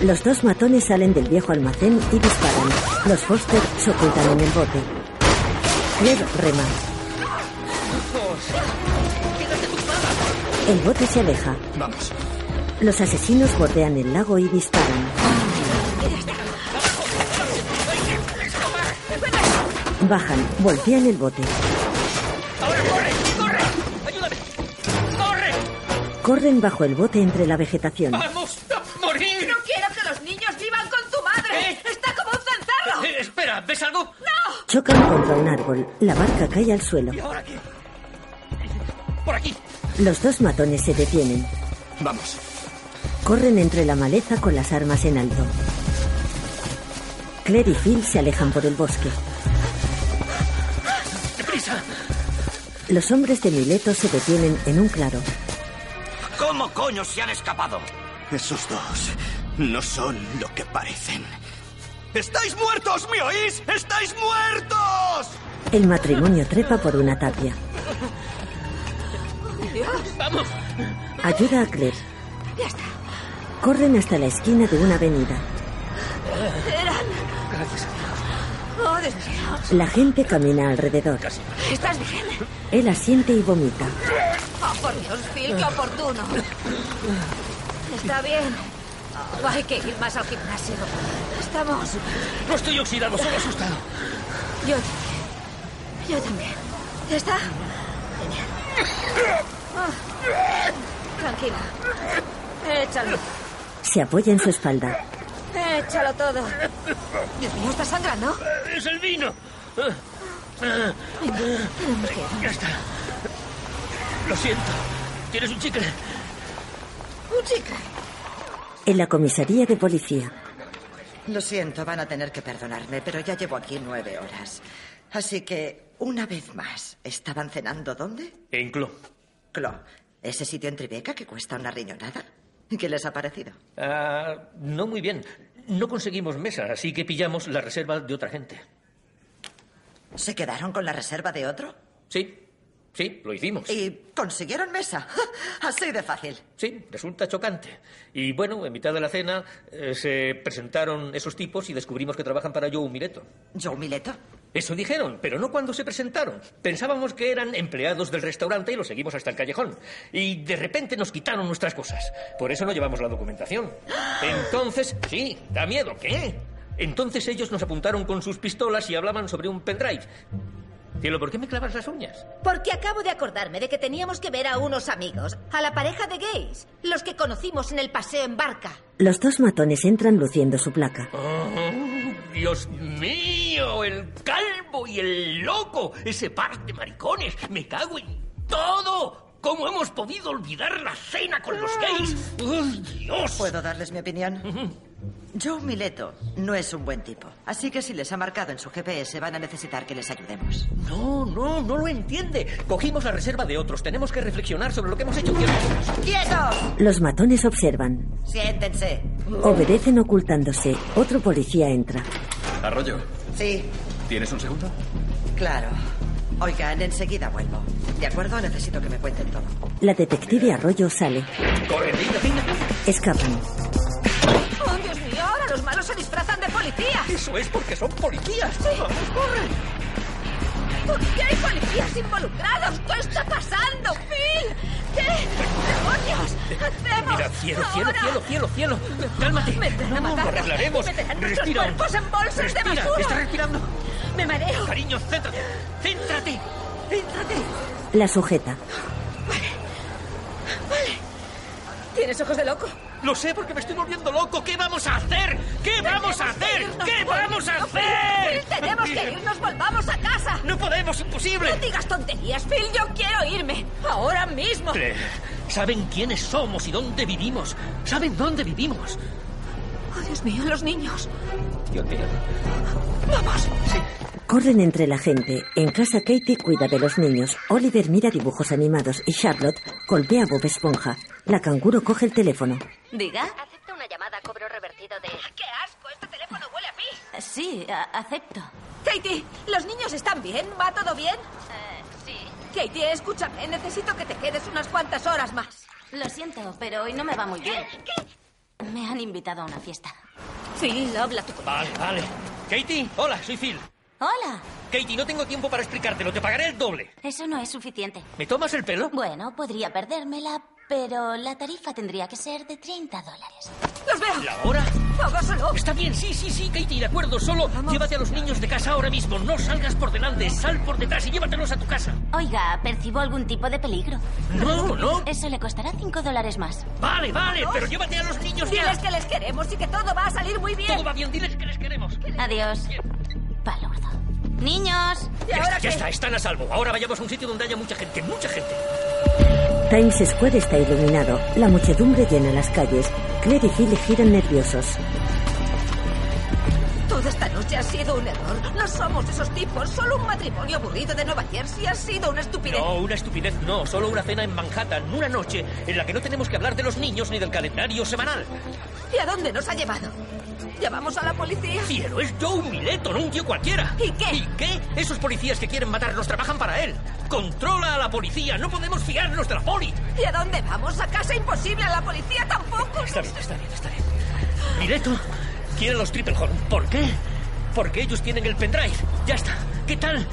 Speaker 1: Los dos matones salen del viejo almacén y disparan. Los Foster se ocultan en el bote. Claire rema. El bote se aleja.
Speaker 4: Vamos.
Speaker 1: Los asesinos bordean el lago y disparan. Bajan, voltean el bote.
Speaker 15: ¡Corre!
Speaker 1: Corren bajo el bote entre la vegetación.
Speaker 15: ¡Vamos a morir!
Speaker 5: No quiero que los niños vivan con tu madre. Está como un zanzarro.
Speaker 15: Eh, espera, ¿ves algo?
Speaker 5: ¡No!
Speaker 1: Chocan contra un árbol. La barca cae al suelo.
Speaker 15: Por aquí.
Speaker 1: Los dos matones se detienen.
Speaker 4: Vamos.
Speaker 1: Corren entre la maleza con las armas en alto. Claire y Phil se alejan por el bosque.
Speaker 3: ¡Deprisa!
Speaker 1: Los hombres de Mileto se detienen en un claro.
Speaker 21: ¿Cómo coño se han escapado? Esos dos no son lo que parecen. ¡Estáis muertos, me oís! ¡Estáis muertos!
Speaker 1: El matrimonio trepa por una tapia.
Speaker 3: ¡Vamos!
Speaker 1: Ayuda a Claire.
Speaker 22: Ya está.
Speaker 1: Corren hasta la esquina de una avenida.
Speaker 22: Eran.
Speaker 3: Gracias a Dios.
Speaker 22: Oh, Dios mío.
Speaker 1: La gente camina alrededor.
Speaker 22: ¿Estás bien?
Speaker 1: Él asiente y vomita.
Speaker 5: Oh, por Dios, Phil, qué oportuno. Está bien. Oh, hay que ir más al gimnasio. Estamos.
Speaker 3: No estoy oxidado, solo asustado.
Speaker 22: Yo también. Yo también. ¿Está? Genial.
Speaker 5: Ah, tranquila. Échalo.
Speaker 1: Se apoya en su espalda.
Speaker 5: Échalo todo. Dios mío, está sangrando.
Speaker 3: ¡Es el vino! Ya está. Lo siento. ¿Tienes un chicle?
Speaker 5: Un chicle.
Speaker 1: En la comisaría de policía.
Speaker 23: Lo siento, van a tener que perdonarme, pero ya llevo aquí nueve horas. Así que, una vez más, ¿estaban cenando dónde?
Speaker 6: En Clo.
Speaker 23: Clo, ese sitio en Tribeca que cuesta una riñonada. ¿Qué les ha parecido?
Speaker 6: Ah, no muy bien. No conseguimos mesa, así que pillamos la reserva de otra gente.
Speaker 23: ¿Se quedaron con la reserva de otro?
Speaker 6: Sí, sí, lo hicimos.
Speaker 23: ¿Y consiguieron mesa? [laughs] Así de fácil.
Speaker 6: Sí, resulta chocante. Y bueno, en mitad de la cena eh, se presentaron esos tipos y descubrimos que trabajan para Joe Mileto.
Speaker 23: ¿Joe Mileto?
Speaker 6: Eso dijeron, pero no cuando se presentaron. Pensábamos que eran empleados del restaurante y los seguimos hasta el callejón. Y de repente nos quitaron nuestras cosas. Por eso no llevamos la documentación. Entonces, sí, da miedo, ¿qué? Entonces ellos nos apuntaron con sus pistolas y hablaban sobre un pendrive. Cielo, ¿por qué me clavas las uñas?
Speaker 8: Porque acabo de acordarme de que teníamos que ver a unos amigos, a la pareja de gays, los que conocimos en el paseo en barca.
Speaker 1: Los dos matones entran luciendo su placa.
Speaker 6: Oh, Dios mío, el calvo y el loco, ese par de maricones, me cago en todo. ¿Cómo hemos podido olvidar la cena con los gays? ¡Ay, Dios!
Speaker 23: ¿Puedo darles mi opinión? Joe Mileto no es un buen tipo, así que si les ha marcado en su GPS van a necesitar que les ayudemos.
Speaker 6: No, no, no lo entiende. Eh, Cogimos la reserva de otros. Tenemos que reflexionar sobre lo que hemos hecho. Quiero-
Speaker 23: ¡Quietos!
Speaker 1: Los matones observan.
Speaker 23: Siéntense.
Speaker 1: Obedecen ocultándose. Otro policía entra.
Speaker 24: Arroyo,
Speaker 23: Sí,
Speaker 24: ¿tienes un segundo?
Speaker 23: claro. Oigan, enseguida vuelvo. ¿De acuerdo? Necesito que me cuenten todo.
Speaker 1: La detective Arroyo sale.
Speaker 6: ¡Corre,
Speaker 1: Escapan.
Speaker 5: Oh, Dios mío, ahora los malos se disfrazan de policía.
Speaker 6: Eso es porque son policías. Vamos,
Speaker 5: corre. ¿Por qué hay policías involucrados? ¿Qué está pasando, Phil? ¿Qué demonios hacemos?
Speaker 6: Mira, cielo, cielo,
Speaker 5: ahora?
Speaker 6: cielo, cielo, cielo. Cálmate.
Speaker 5: Me van
Speaker 6: No,
Speaker 5: a matar.
Speaker 6: lo arreglaremos.
Speaker 5: Me dejan nuestros
Speaker 6: Respira.
Speaker 5: cuerpos en bolsas de
Speaker 6: Respira.
Speaker 5: ¡Este basura.
Speaker 6: Está respirando.
Speaker 5: Me mareo.
Speaker 6: Cariño, céntrate. Céntrate.
Speaker 5: Céntrate.
Speaker 1: La sujeta.
Speaker 5: Vale. ¿Tienes ojos de loco?
Speaker 6: Lo sé porque me estoy volviendo loco. ¿Qué vamos a hacer? ¿Qué vamos a hacer?
Speaker 5: Irnos,
Speaker 6: ¿Qué
Speaker 5: Phil,
Speaker 6: vamos a
Speaker 5: no, Phil,
Speaker 6: hacer?
Speaker 5: Phil, tenemos que irnos, volvamos a casa.
Speaker 6: No podemos, imposible.
Speaker 5: No digas tonterías, Phil, yo quiero irme. Ahora mismo.
Speaker 6: Claire, saben quiénes somos y dónde vivimos. Saben dónde vivimos.
Speaker 5: Oh, Dios mío, los niños.
Speaker 6: Yo te
Speaker 5: Vamos.
Speaker 1: Corren entre la gente. En casa Katie cuida de los niños. Oliver mira dibujos animados y Charlotte golpea a Bob Esponja. La canguro coge el teléfono.
Speaker 22: Diga.
Speaker 2: Acepta una llamada, cobro revertido de...
Speaker 5: ¡Qué asco! Este teléfono huele a mí.
Speaker 22: Sí, a- acepto.
Speaker 5: Katie, ¿los niños están bien? ¿Va todo bien?
Speaker 22: Eh, sí.
Speaker 5: Katie, escúchame, necesito que te quedes unas cuantas horas más.
Speaker 22: Lo siento, pero hoy no me va muy bien. Me han invitado a una fiesta.
Speaker 5: Phil, habla tú.
Speaker 6: Vale, vale. Katie, hola, soy Phil.
Speaker 22: Hola.
Speaker 6: Katie, no tengo tiempo para explicártelo. Te pagaré el doble.
Speaker 22: Eso no es suficiente.
Speaker 6: ¿Me tomas el pelo?
Speaker 22: Bueno, podría perdérmela, pero la tarifa tendría que ser de 30 dólares.
Speaker 5: ¡Los veo!
Speaker 6: ¿La hora?
Speaker 5: solo!
Speaker 6: Está bien, sí, sí, sí, Katie, de acuerdo. Solo llévate a los niños de casa ahora mismo. No salgas por delante, sal por detrás y llévatelos a tu casa.
Speaker 22: Oiga, percibo algún tipo de peligro.
Speaker 6: No,
Speaker 5: Eh,
Speaker 6: no.
Speaker 22: Eso le costará 5 dólares más.
Speaker 6: Vale, vale,
Speaker 22: Vamos.
Speaker 6: pero llévate a los niños
Speaker 5: Diles
Speaker 6: ya.
Speaker 5: que les queremos y que todo va a salir muy bien.
Speaker 6: Todo va bien, diles que les queremos.
Speaker 22: Adiós. Palurdo. Niños.
Speaker 5: ¿Y
Speaker 6: Ya, está, ya está, están a salvo. Ahora vayamos a un sitio donde haya mucha gente, mucha gente.
Speaker 1: Times Square está iluminado. La muchedumbre llena las calles. Claire y Phil giran nerviosos.
Speaker 5: Toda esta noche ha sido un error. No somos esos tipos. Solo un matrimonio aburrido de Nueva Jersey ha sido una estupidez.
Speaker 15: No, Oh, una estupidez no, solo una cena en Manhattan, una noche en la que no tenemos que hablar de los niños ni del calendario semanal.
Speaker 5: ¿Y a dónde nos ha llevado? ¿Llamamos a la policía?
Speaker 15: Cielo, es Joe Mileto, no un tío cualquiera.
Speaker 5: ¿Y qué?
Speaker 15: ¿Y qué? Esos policías que quieren matarnos trabajan para él. Controla a la policía, no podemos fiarnos de la poli.
Speaker 5: ¿Y a dónde vamos? ¿A casa imposible? ¿A la policía tampoco?
Speaker 15: Está bien, está bien, está bien. Mileto quiere los Triple Horn. ¿Por qué? Porque ellos tienen el pendrive. Ya está. ¿Qué tal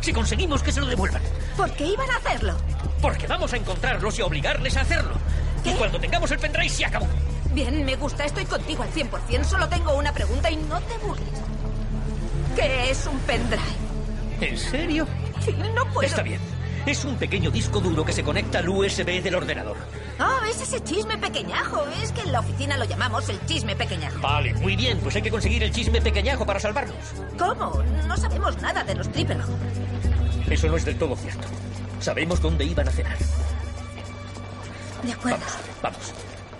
Speaker 15: si conseguimos que se lo devuelvan?
Speaker 5: ¿Por qué iban a hacerlo?
Speaker 15: Porque vamos a encontrarlos y a obligarles a hacerlo. Y cuando tengamos el pendrive se acabó.
Speaker 5: Bien, me gusta. Estoy contigo al 100%. Solo tengo una pregunta y no te burles. ¿Qué es un pendrive?
Speaker 15: ¿En serio?
Speaker 5: No puedo.
Speaker 15: Está bien. Es un pequeño disco duro que se conecta al USB del ordenador.
Speaker 5: Oh, es ese chisme pequeñajo. Es que en la oficina lo llamamos el chisme pequeñajo.
Speaker 15: Vale, muy bien, pues hay que conseguir el chisme pequeñajo para salvarnos.
Speaker 5: ¿Cómo? No sabemos nada de los triple Horn.
Speaker 15: Eso no es del todo cierto. Sabemos dónde iban a cenar.
Speaker 5: De acuerdo.
Speaker 15: Vamos.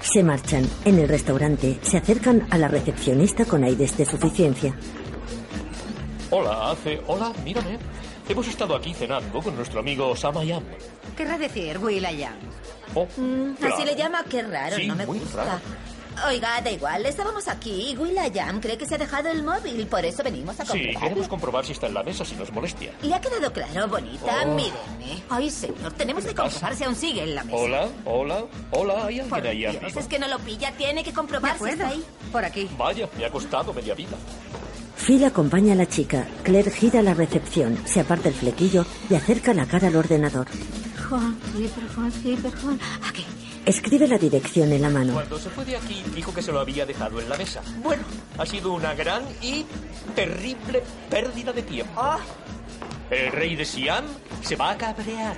Speaker 1: Se marchan. En el restaurante se acercan a la recepcionista con aires de suficiencia.
Speaker 6: Hola, hace. Hola, mírame. Hemos estado aquí cenando con nuestro amigo Osama Yam.
Speaker 25: Querrá decir Will.i.am.
Speaker 6: Oh, claro.
Speaker 5: Mm, Así le llama, qué raro,
Speaker 6: Sí,
Speaker 5: no me
Speaker 6: muy
Speaker 5: gusta.
Speaker 6: raro.
Speaker 5: Oiga, da igual, estábamos aquí y Will Ayam cree que se ha dejado el móvil, por eso venimos a
Speaker 6: Sí,
Speaker 5: comprobar.
Speaker 6: queremos comprobar si está en la mesa, si nos molestia.
Speaker 5: ¿Le ha quedado claro, bonita?
Speaker 6: Oh.
Speaker 5: Mírenme. Ay, señor, tenemos que comprobar si aún sigue en la mesa.
Speaker 6: Hola, hola, hola, hay
Speaker 5: Por
Speaker 6: alguien ahí
Speaker 5: Dios,
Speaker 6: arriba.
Speaker 5: es que no lo pilla, tiene que comprobar si está ahí.
Speaker 25: Por aquí.
Speaker 6: Vaya, me ha costado media vida.
Speaker 1: Phil acompaña a la chica. Claire gira a la recepción, se aparta el flequillo y acerca la cara al ordenador.
Speaker 26: Juan, Flipper, Juan, Flipper, Juan. Aquí.
Speaker 1: Escribe la dirección en la mano.
Speaker 6: Cuando se fue de aquí, dijo que se lo había dejado en la mesa. Bueno, ha sido una gran y terrible pérdida de tiempo. El rey de Siam se va a cabrear.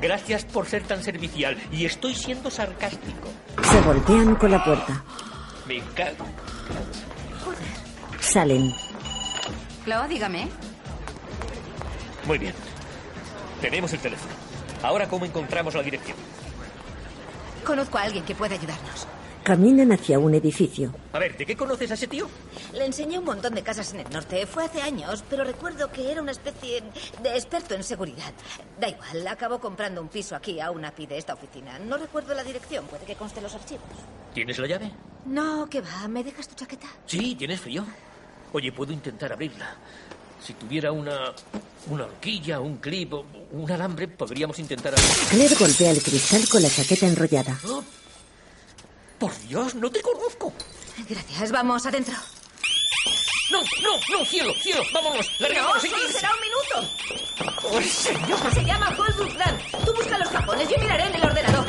Speaker 6: Gracias por ser tan servicial. Y estoy siendo sarcástico.
Speaker 1: Se voltean con la puerta.
Speaker 6: Me cago.
Speaker 1: Salen.
Speaker 25: Clo, dígame.
Speaker 6: Muy bien. Tenemos el teléfono. Ahora, ¿cómo encontramos la dirección?
Speaker 25: Conozco a alguien que puede ayudarnos.
Speaker 1: Caminan hacia un edificio.
Speaker 6: A ver, ¿de qué conoces a ese tío?
Speaker 5: Le enseñé un montón de casas en el norte. Fue hace años, pero recuerdo que era una especie de experto en seguridad. Da igual, acabó comprando un piso aquí a una API de esta oficina. No recuerdo la dirección, puede que conste en los archivos.
Speaker 6: ¿Tienes la llave?
Speaker 5: No, que va, ¿me dejas tu chaqueta?
Speaker 6: Sí, ¿tienes frío? Oye, puedo intentar abrirla. Si tuviera una. una horquilla, un clip, o un alambre, podríamos intentar abrir.
Speaker 1: Claire golpea el cristal con la chaqueta enrollada.
Speaker 6: Por Dios, no te conozco.
Speaker 5: Gracias, vamos adentro.
Speaker 6: No, no, no, cielo, cielo, vámonos,
Speaker 5: No,
Speaker 6: largámonos. hay que
Speaker 5: solo
Speaker 6: irse.
Speaker 5: será un minuto.
Speaker 6: ¡Oh, señor!
Speaker 5: Se llama Paul Buckland. Tú busca los cajones, yo miraré en el ordenador.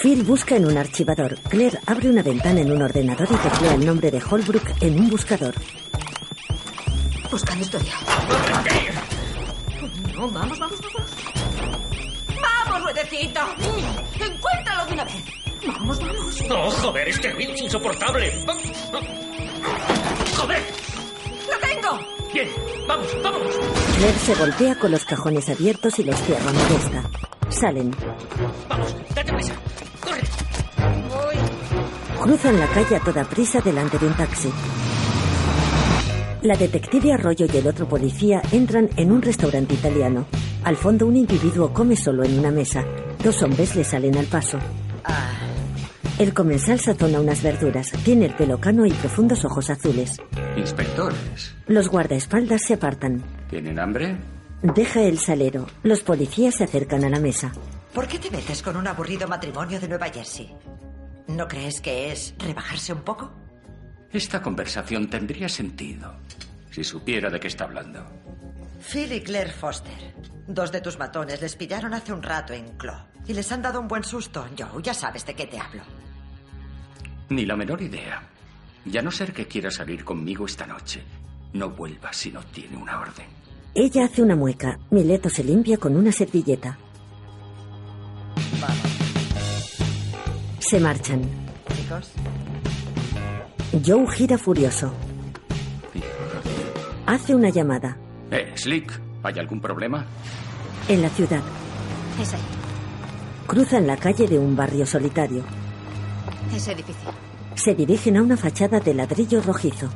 Speaker 1: Phil busca en un archivador. Claire abre una ventana en un ordenador y teclea el nombre de Holbrook en un buscador.
Speaker 5: Buscando historia. No, vamos, vamos, vamos. ¡Vamos, ruedecito! ¡Encuéntralo de una vez! ¡Vamos, vamos!
Speaker 6: No, joder, este ruido es insoportable. Va- ¡Joder!
Speaker 5: ¡Lo tengo!
Speaker 6: Bien, vamos, vamos.
Speaker 1: Claire se golpea con los cajones abiertos y los cierra molesta. Salen.
Speaker 6: Date prisa. Corre.
Speaker 1: Cruzan la calle a toda prisa delante de un taxi. La detective Arroyo y el otro policía entran en un restaurante italiano. Al fondo un individuo come solo en una mesa. Dos hombres le salen al paso. El comensal sazona unas verduras. Tiene el pelo cano y profundos ojos azules.
Speaker 27: Inspectores,
Speaker 1: Los guardaespaldas se apartan.
Speaker 27: ¿tienen hambre?
Speaker 1: Deja el salero. Los policías se acercan a la mesa.
Speaker 23: ¿Por qué te metes con un aburrido matrimonio de Nueva Jersey? ¿No crees que es rebajarse un poco?
Speaker 27: Esta conversación tendría sentido si supiera de qué está hablando.
Speaker 23: Phil y Claire Foster. Dos de tus matones les pillaron hace un rato en Claw. Y les han dado un buen susto. Joe, ya sabes de qué te hablo.
Speaker 27: Ni la menor idea. Y a no ser que quiera salir conmigo esta noche, no vuelva si no tiene una orden.
Speaker 1: Ella hace una mueca. Mileto se limpia con una servilleta. Se marchan.
Speaker 23: Chicos.
Speaker 1: Joe gira furioso. Hace una llamada.
Speaker 27: Eh, Slick, ¿hay algún problema?
Speaker 1: En la ciudad.
Speaker 25: Es ahí,
Speaker 1: Cruzan la calle de un barrio solitario.
Speaker 25: ese edificio.
Speaker 1: Se dirigen a una fachada de ladrillo rojizo.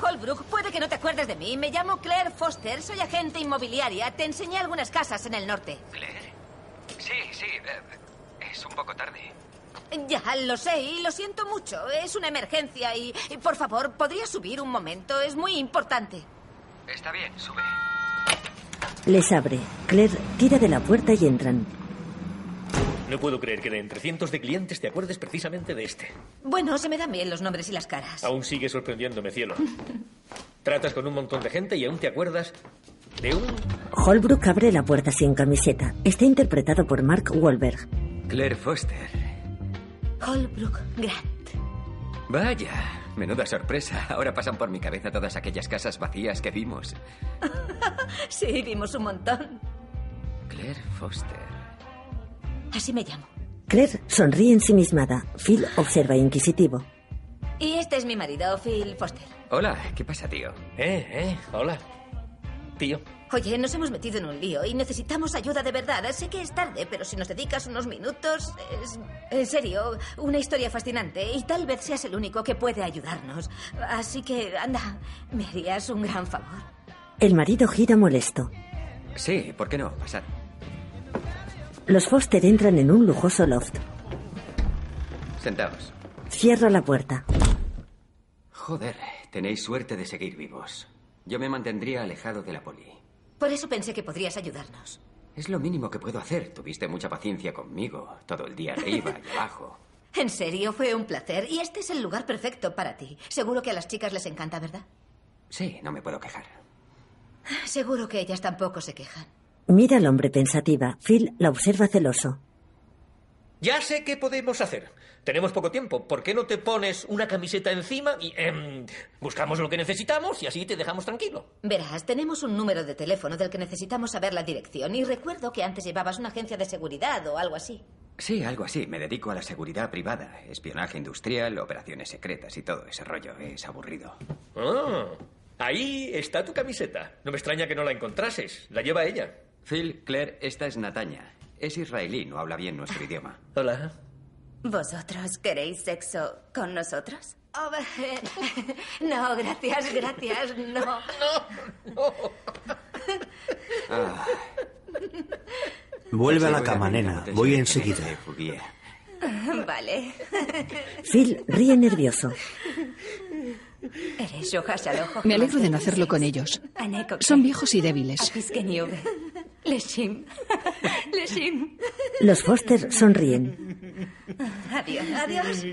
Speaker 5: Holbrook, puede que no te acuerdes de mí. Me llamo Claire Foster, soy agente inmobiliaria. Te enseñé algunas casas en el norte.
Speaker 4: ¿Claire? Sí, sí. eh, es un poco tarde.
Speaker 5: Ya, lo sé y lo siento mucho. Es una emergencia y, y, por favor, ¿podría subir un momento? Es muy importante.
Speaker 4: Está bien, sube.
Speaker 1: Les abre. Claire tira de la puerta y entran.
Speaker 6: No puedo creer que de entre cientos de clientes te acuerdes precisamente de este.
Speaker 5: Bueno, se me dan bien los nombres y las caras.
Speaker 6: Aún sigue sorprendiéndome, cielo. Tratas con un montón de gente y aún te acuerdas de un...
Speaker 1: Holbrook abre la puerta sin camiseta. Está interpretado por Mark Wahlberg.
Speaker 4: Claire Foster.
Speaker 28: Holbrook Grant.
Speaker 4: Vaya, menuda sorpresa. Ahora pasan por mi cabeza todas aquellas casas vacías que vimos.
Speaker 5: Sí, vimos un montón.
Speaker 4: Claire Foster.
Speaker 28: Así me llamo.
Speaker 1: Claire sonríe ensimismada. Phil observa inquisitivo.
Speaker 5: Y este es mi marido, Phil Foster.
Speaker 4: Hola, ¿qué pasa, tío?
Speaker 6: Eh, eh, hola. Tío.
Speaker 5: Oye, nos hemos metido en un lío y necesitamos ayuda de verdad. Sé que es tarde, pero si nos dedicas unos minutos... Es, en serio, una historia fascinante y tal vez seas el único que puede ayudarnos. Así que, anda, me harías un gran favor.
Speaker 1: El marido gira molesto.
Speaker 4: Sí, ¿por qué no? Pasad.
Speaker 1: Los Foster entran en un lujoso loft.
Speaker 4: Sentaos.
Speaker 1: Cierra la puerta.
Speaker 4: Joder, tenéis suerte de seguir vivos. Yo me mantendría alejado de la poli.
Speaker 5: Por eso pensé que podrías ayudarnos.
Speaker 4: Es lo mínimo que puedo hacer. Tuviste mucha paciencia conmigo, todo el día arriba y abajo.
Speaker 5: En serio, fue un placer. Y este es el lugar perfecto para ti. Seguro que a las chicas les encanta, ¿verdad?
Speaker 4: Sí, no me puedo quejar.
Speaker 5: Seguro que ellas tampoco se quejan.
Speaker 1: Mira al hombre pensativa. Phil la observa celoso.
Speaker 6: Ya sé qué podemos hacer. Tenemos poco tiempo. ¿Por qué no te pones una camiseta encima y em, buscamos lo que necesitamos y así te dejamos tranquilo?
Speaker 5: Verás, tenemos un número de teléfono del que necesitamos saber la dirección. Y recuerdo que antes llevabas una agencia de seguridad o algo así.
Speaker 4: Sí, algo así. Me dedico a la seguridad privada, espionaje industrial, operaciones secretas y todo ese rollo. Es aburrido.
Speaker 6: Ah, ahí está tu camiseta. No me extraña que no la encontrases. La lleva ella.
Speaker 4: Phil, Claire, esta es Nataña. Es israelí, no habla bien nuestro idioma.
Speaker 6: Hola.
Speaker 29: ¿Vosotros queréis sexo con nosotros?
Speaker 5: Oh, eh, [laughs] no, gracias, gracias, no.
Speaker 4: Ah,
Speaker 30: Vuelve a la
Speaker 4: seguramente
Speaker 30: cama,
Speaker 4: no
Speaker 30: nena.
Speaker 4: te
Speaker 30: Voy
Speaker 4: sirve
Speaker 30: enseguida.
Speaker 4: de fuguía.
Speaker 29: Vale.
Speaker 1: Phil ríe nervioso.
Speaker 29: Eres Yoja Shalojo.
Speaker 31: Me alegro de no hacerlo con ellos.
Speaker 29: Aneko.
Speaker 31: Son viejos y débiles.
Speaker 29: Apiskeniube. Leshim. Leshim.
Speaker 1: Los Foster sonríen.
Speaker 29: Adiós. Adiós.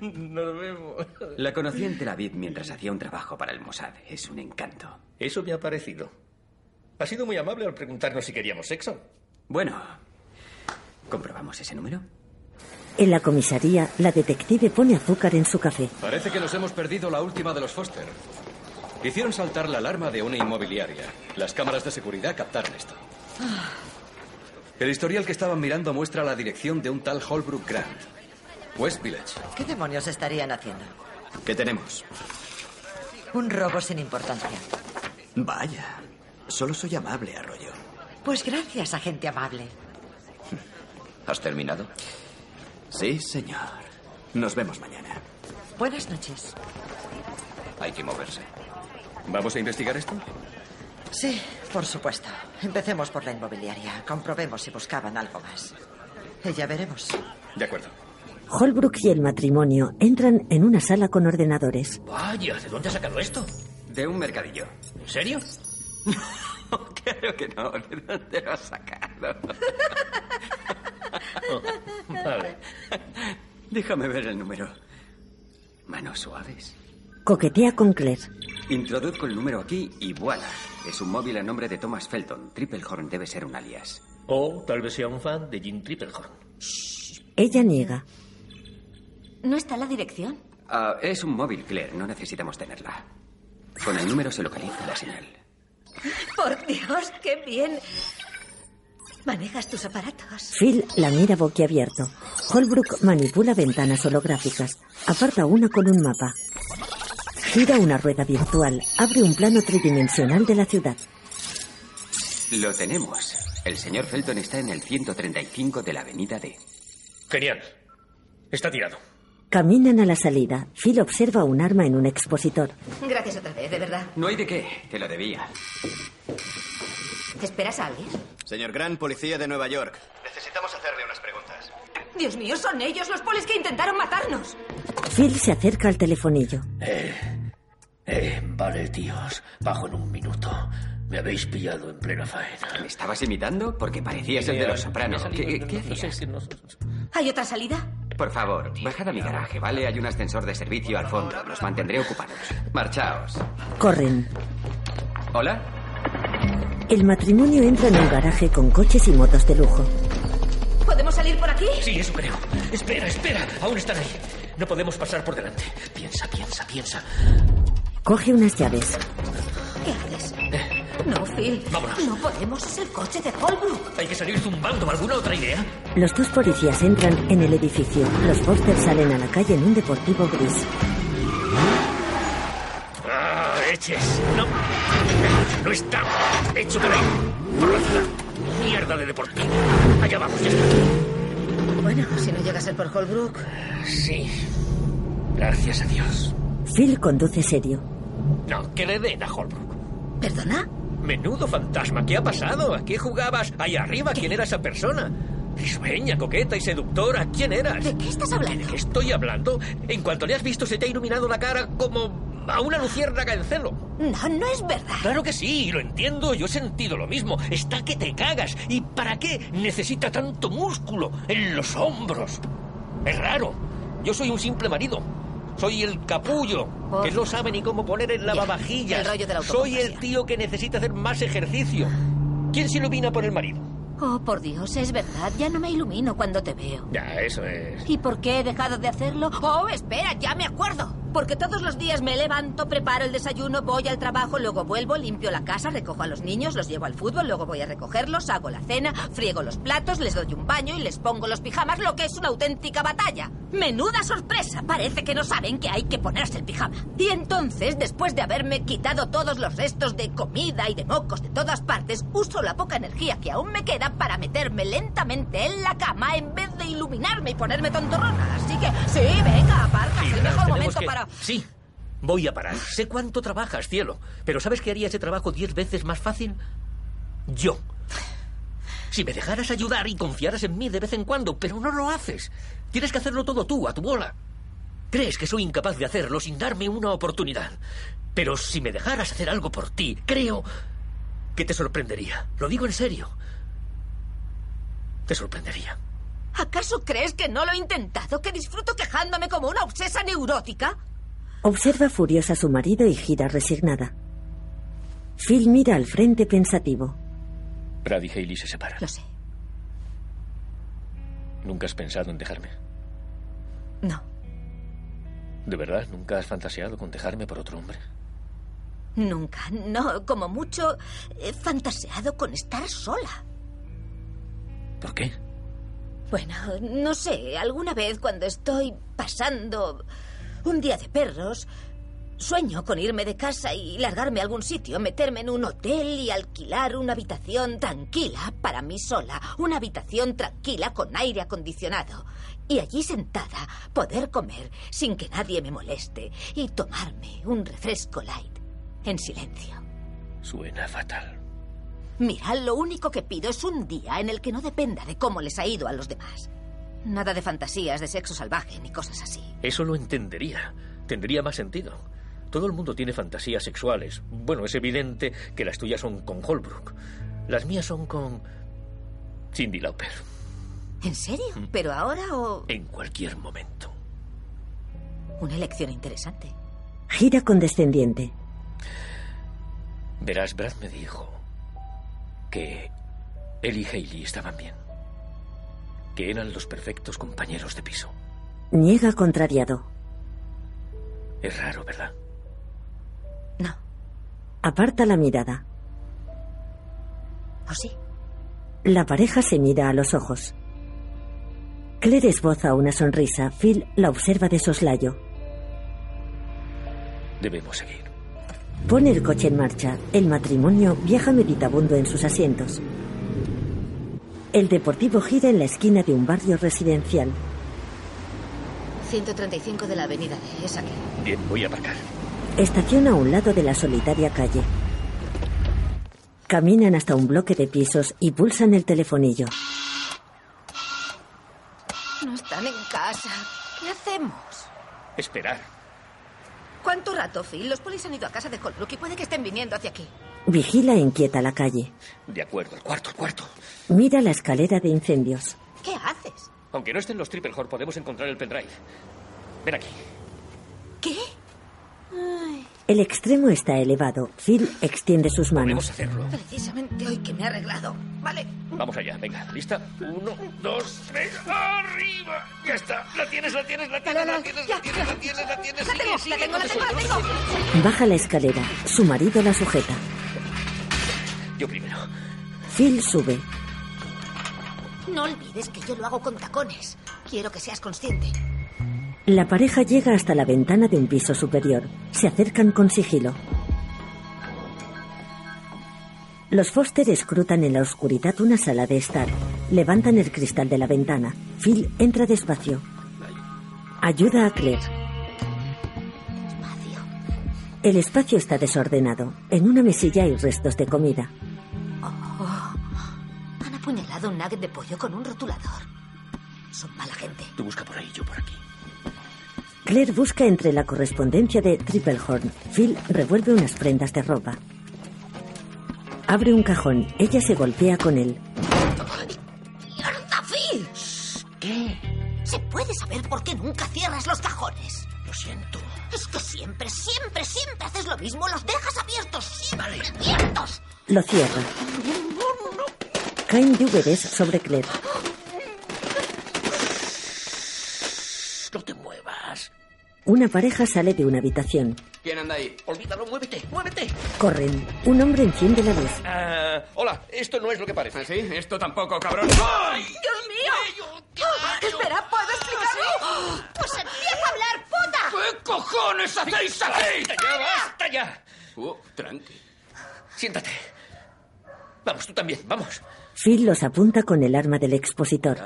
Speaker 6: Nos vemos.
Speaker 4: La conocí en Tel Aviv mientras hacía un trabajo para el Mossad. Es un encanto.
Speaker 6: Eso me ha parecido. Ha sido muy amable al preguntarnos si queríamos sexo.
Speaker 4: Bueno, ¿comprobamos ese número?
Speaker 1: En la comisaría, la detective pone azúcar en su café.
Speaker 32: Parece que nos hemos perdido la última de los Foster. Hicieron saltar la alarma de una inmobiliaria. Las cámaras de seguridad captaron esto. El historial que estaban mirando muestra la dirección de un tal Holbrook Grant. West Village.
Speaker 23: ¿Qué demonios estarían haciendo?
Speaker 32: ¿Qué tenemos?
Speaker 23: Un robo sin importancia.
Speaker 30: Vaya. Solo soy amable, Arroyo.
Speaker 23: Pues gracias, agente amable.
Speaker 32: ¿Has terminado?
Speaker 30: Sí, señor. Nos vemos mañana.
Speaker 23: Buenas noches.
Speaker 32: Hay que moverse. ¿Vamos a investigar esto?
Speaker 23: Sí, por supuesto. Empecemos por la inmobiliaria. Comprobemos si buscaban algo más. Y ya veremos.
Speaker 32: De acuerdo.
Speaker 1: Holbrook y el matrimonio entran en una sala con ordenadores.
Speaker 6: Vaya, ¿de dónde ha sacado esto?
Speaker 4: De un mercadillo.
Speaker 6: ¿En serio?
Speaker 4: Claro que [laughs] no. ¿De dónde lo has sacado?
Speaker 6: vale.
Speaker 4: Déjame ver el número. Manos suaves.
Speaker 1: Coquetea con Claire.
Speaker 4: Introduzco el número aquí y voilà. Es un móvil a nombre de Thomas Felton. Triplehorn debe ser un alias.
Speaker 6: O tal vez sea un fan de Jim Triplehorn.
Speaker 1: Ella niega.
Speaker 5: ¿No está la dirección?
Speaker 4: Ah, es un móvil, Claire. No necesitamos tenerla. Con el número se localiza la señal.
Speaker 5: Por Dios, qué bien. Manejas tus aparatos.
Speaker 1: Phil la mira boquiabierto. Holbrook manipula ventanas holográficas. Aparta una con un mapa. Gira una rueda virtual. Abre un plano tridimensional de la ciudad.
Speaker 4: Lo tenemos. El señor Felton está en el 135 de la avenida D.
Speaker 6: Genial. Está tirado.
Speaker 1: Caminan a la salida. Phil observa un arma en un expositor.
Speaker 5: Gracias otra vez, de verdad.
Speaker 4: No hay de qué, te lo debía.
Speaker 5: ¿Te esperas a alguien?
Speaker 33: Señor Gran, policía de Nueva York. Necesitamos hacerle unas preguntas.
Speaker 5: Dios mío, son ellos los polis que intentaron matarnos.
Speaker 1: Phil se acerca al telefonillo.
Speaker 34: Eh, eh, vale, tíos. Bajo en un minuto. Me habéis pillado en plena faena.
Speaker 4: ¿Me estabas imitando? Porque parecías el de los sopranos. ¿Qué, qué hacías?
Speaker 5: ¿Hay otra salida?
Speaker 4: Por favor, bajad a mi garaje, ¿vale? Hay un ascensor de servicio al fondo. Los mantendré ocupados. Marchaos.
Speaker 1: Corren.
Speaker 4: ¿Hola?
Speaker 1: El matrimonio entra en un garaje con coches y motos de lujo.
Speaker 5: ¿Podemos salir por aquí?
Speaker 15: Sí, eso creo. Espera, espera. Aún están ahí. No podemos pasar por delante. Piensa, piensa, piensa.
Speaker 1: Coge unas llaves.
Speaker 5: ¿Qué haces? No, Phil.
Speaker 15: Vámonos.
Speaker 5: No podemos. Es el coche de Holbrook.
Speaker 15: Hay que salir zumbando. ¿Alguna otra idea?
Speaker 1: Los dos policías entran en el edificio. Los Foster salen a la calle en un deportivo gris.
Speaker 15: ¡Ah, eches! No. No está hecho para ir. Por la ciudad. Mierda de deportivo. Allá vamos, ya está.
Speaker 35: Bueno, si no llega a ser por Holbrook.
Speaker 15: Sí. Gracias a Dios.
Speaker 1: Phil conduce serio.
Speaker 15: No, que le den a Holbrook.
Speaker 35: ¿Perdona?
Speaker 15: Menudo fantasma, ¿qué ha pasado? ¿A qué jugabas? Ahí arriba, ¿quién era esa persona? Risueña, coqueta y seductora, ¿quién eras?
Speaker 5: ¿De qué estás
Speaker 15: ¿De
Speaker 5: hablando?
Speaker 15: qué estoy hablando? En cuanto le has visto, se te ha iluminado la cara como a una luciérnaga en celo.
Speaker 5: No, no es verdad.
Speaker 15: Claro que sí, lo entiendo, yo he sentido lo mismo. Está que te cagas. ¿Y para qué necesita tanto músculo en los hombros? Es raro. Yo soy un simple marido. Soy el capullo, que no sabe ni cómo poner el lavavajillas.
Speaker 5: Oh. el rollo de la
Speaker 15: soy el tío que necesita hacer más ejercicio. ¿Quién se ilumina por el marido?
Speaker 5: Oh, por Dios, es verdad. Ya no me ilumino cuando te veo.
Speaker 15: Ya, eso es.
Speaker 5: ¿Y por qué he dejado de hacerlo? Oh, espera, ya me acuerdo. Porque todos los días me levanto, preparo el desayuno, voy al trabajo, luego vuelvo, limpio la casa, recojo a los niños, los llevo al fútbol, luego voy a recogerlos, hago la cena, friego los platos, les doy un baño y les pongo los pijamas, lo que es una auténtica batalla. Menuda sorpresa, parece que no saben que hay que ponerse el pijama. Y entonces, después de haberme quitado todos los restos de comida y de mocos de todas partes, uso la poca energía que aún me queda para meterme lentamente en la cama en vez de iluminarme y ponerme tontorrona. Así que, sí, venga, aparca, es el
Speaker 15: Claro,
Speaker 5: mejor
Speaker 15: tenemos
Speaker 5: momento
Speaker 15: que-
Speaker 5: para...
Speaker 15: Sí, voy a parar. Sé cuánto trabajas, cielo. Pero ¿sabes qué haría ese trabajo diez veces más fácil? Yo. Si me dejaras ayudar y confiaras en mí de vez en cuando, pero no lo haces. Tienes que hacerlo todo tú, a tu bola. Crees que soy incapaz de hacerlo sin darme una oportunidad. Pero si me dejaras hacer algo por ti, creo que te sorprendería. Lo digo en serio. Te sorprendería.
Speaker 5: ¿Acaso crees que no lo he intentado? ¿Que disfruto quejándome como una obsesa neurótica?
Speaker 1: Observa furiosa a su marido y gira resignada. Phil mira al frente pensativo.
Speaker 6: Brad y Haley se separan.
Speaker 5: Lo sé.
Speaker 6: ¿Nunca has pensado en dejarme?
Speaker 5: No.
Speaker 6: ¿De verdad? ¿Nunca has fantaseado con dejarme por otro hombre?
Speaker 5: Nunca, no, como mucho he fantaseado con estar sola.
Speaker 6: ¿Por qué?
Speaker 5: Bueno, no sé, alguna vez cuando estoy pasando un día de perros, sueño con irme de casa y largarme a algún sitio, meterme en un hotel y alquilar una habitación tranquila para mí sola, una habitación tranquila con aire acondicionado. Y allí sentada, poder comer sin que nadie me moleste y tomarme un refresco light en silencio.
Speaker 6: Suena fatal.
Speaker 5: Mira, lo único que pido es un día en el que no dependa de cómo les ha ido a los demás. Nada de fantasías de sexo salvaje ni cosas así.
Speaker 6: Eso lo entendería. Tendría más sentido. Todo el mundo tiene fantasías sexuales. Bueno, es evidente que las tuyas son con Holbrook. Las mías son con Cindy Lauper.
Speaker 5: ¿En serio? ¿Pero ahora o...?
Speaker 6: En cualquier momento.
Speaker 5: Una elección interesante.
Speaker 1: Gira condescendiente.
Speaker 6: Verás, Brad me dijo que él y Haley estaban bien. Que eran los perfectos compañeros de piso.
Speaker 1: Niega contrariado.
Speaker 6: Es raro, ¿verdad?
Speaker 1: Aparta la mirada.
Speaker 5: ¿O sí?
Speaker 1: La pareja se mira a los ojos. Claire esboza una sonrisa. Phil la observa de soslayo.
Speaker 6: Debemos seguir.
Speaker 1: Pone el coche en marcha. El matrimonio viaja meditabundo en sus asientos. El deportivo gira en la esquina de un barrio residencial.
Speaker 5: 135 de la avenida D. Es aquí.
Speaker 6: Bien, voy a aparcar.
Speaker 1: Estaciona a un lado de la solitaria calle. Caminan hasta un bloque de pisos y pulsan el telefonillo.
Speaker 5: No están en casa. ¿Qué hacemos?
Speaker 6: Esperar.
Speaker 5: ¿Cuánto rato, Phil? Los polis han ido a casa de Holbrook y puede que estén viniendo hacia aquí.
Speaker 1: Vigila e inquieta la calle.
Speaker 6: De acuerdo, el cuarto, el cuarto.
Speaker 1: Mira la escalera de incendios.
Speaker 5: ¿Qué haces?
Speaker 6: Aunque no estén los Triple Horn, podemos encontrar el pendrive. Ven aquí.
Speaker 5: ¿Qué?
Speaker 1: El extremo está elevado. Phil extiende sus manos.
Speaker 6: hacerlo.
Speaker 5: Precisamente hoy que me he arreglado. Vale.
Speaker 6: Vamos allá, venga, ¿lista? Uno, dos, tres, arriba. Ya está, la tienes, la tienes, la tienes, la tienes, la tienes, la tienes, la tienes.
Speaker 5: La tengo, la tengo, la tengo, la tengo.
Speaker 1: Baja la escalera. Su marido la sujeta.
Speaker 6: Yo primero.
Speaker 1: Phil sube.
Speaker 5: No olvides que yo lo hago con tacones. Quiero que seas consciente.
Speaker 1: La pareja llega hasta la ventana de un piso superior. Se acercan con sigilo. Los Foster escrutan en la oscuridad una sala de estar. Levantan el cristal de la ventana. Phil entra despacio. Ayuda a Claire. El espacio está desordenado. En una mesilla hay restos de comida.
Speaker 5: Oh, han apuñalado un nugget de pollo con un rotulador. Son mala gente.
Speaker 6: Tú busca por ahí, yo por aquí.
Speaker 1: Claire busca entre la correspondencia de Triplehorn. Phil revuelve unas prendas de ropa. Abre un cajón. Ella se golpea con él.
Speaker 5: ¡Mierda, Phil! ¿Qué? ¿Se puede saber por qué nunca cierras los cajones?
Speaker 6: Lo siento.
Speaker 5: Es que siempre, siempre, siempre haces lo mismo. Los dejas abiertos, siempre abiertos.
Speaker 1: Lo cierra. Caen llúveres sobre Claire.
Speaker 6: No te muevas.
Speaker 1: Una pareja sale de una habitación.
Speaker 6: ¿Quién anda ahí? Olvídalo, muévete, muévete.
Speaker 1: Corren. Un hombre enciende la luz.
Speaker 6: Ah, hola, esto no es lo que parece. ¿Sí? Esto tampoco, cabrón. ¡Ay!
Speaker 5: ¡Dios mío! Espera, ¿puedo explicarlo? ¡Pues empieza a hablar, puta!
Speaker 6: ¿Qué cojones hacéis aquí? ¡Basta ya, basta ya!
Speaker 4: Uh, tranqui.
Speaker 6: Siéntate. Vamos, tú también, vamos.
Speaker 1: Phil los apunta con el arma del expositor.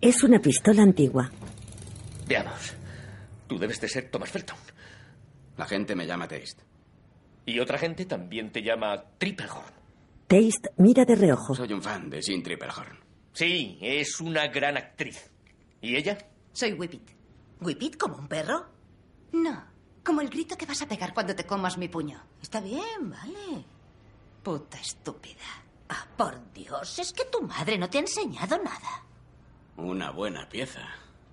Speaker 1: Es una pistola antigua.
Speaker 6: Veamos. Tú debes de ser Thomas Felton.
Speaker 4: La gente me llama Taste.
Speaker 6: Y otra gente también te llama Triplehorn.
Speaker 1: Taste mira de reojo.
Speaker 4: Soy un fan de Sin Triplehorn.
Speaker 6: Sí, es una gran actriz. ¿Y ella?
Speaker 36: Soy Whippet.
Speaker 5: ¿Whippet como un perro?
Speaker 36: No, como el grito que vas a pegar cuando te comas mi puño.
Speaker 5: Está bien, vale.
Speaker 36: Puta estúpida.
Speaker 5: Ah, por Dios, es que tu madre no te ha enseñado nada.
Speaker 4: Una buena pieza.